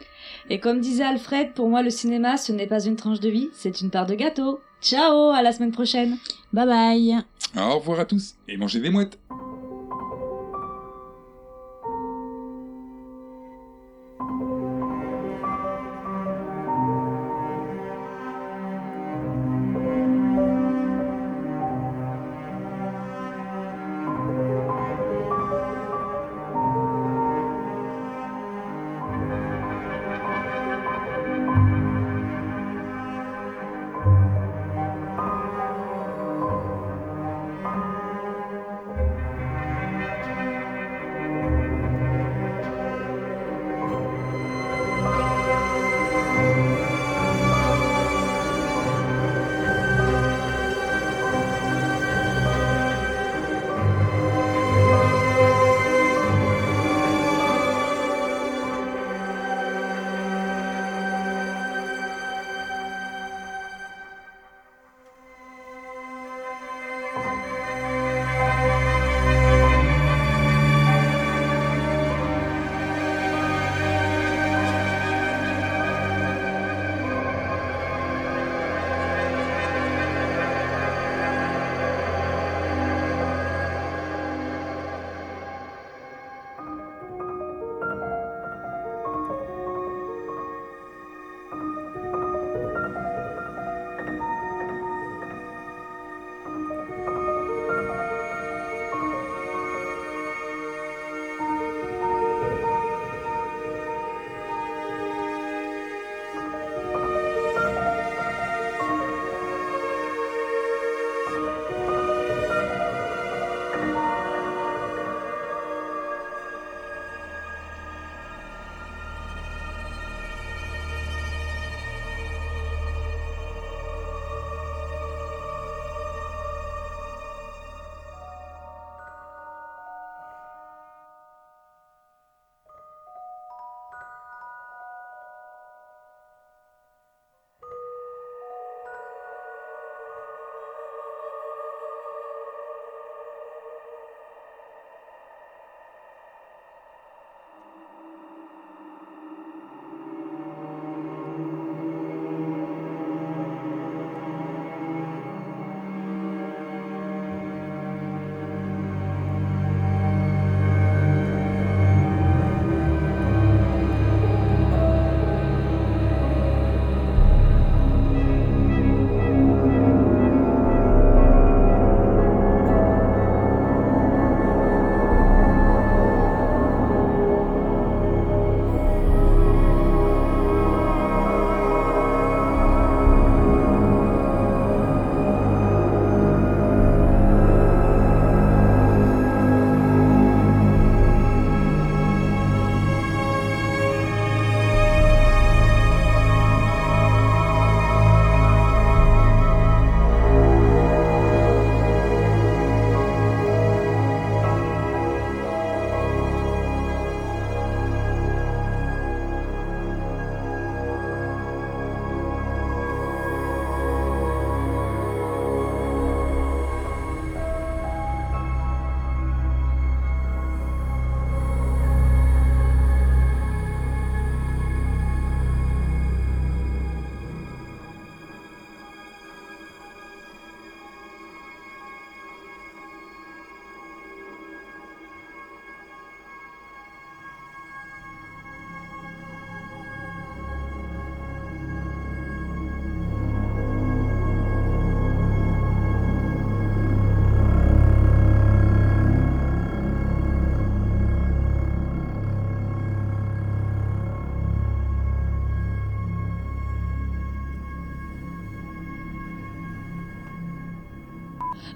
D: Et comme disait Alfred, pour moi le cinéma ce n'est pas une tranche de vie, c'est une part de gâteau. Ciao, à la semaine prochaine.
H: Bye bye
F: Au revoir à tous et mangez des mouettes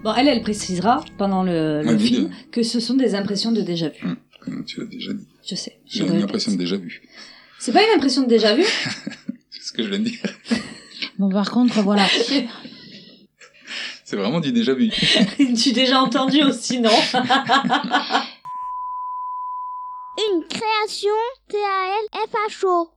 D: Bon, elle, elle précisera pendant le, le
F: Ah, oui,
D: film que ce sont des impressions de déjà vu.
F: Comme tu l'as déjà dit.
D: Je sais. je
F: J'ai
D: répète.
F: une impression de déjà vu.
D: C'est pas une impression de déjà vu.
F: C'est ce que je viens de dire.
H: Bon, par contre, voilà.
F: C'est vraiment du déjà vu.
D: tu as déjà entendu aussi, non
K: Une création TALFHO.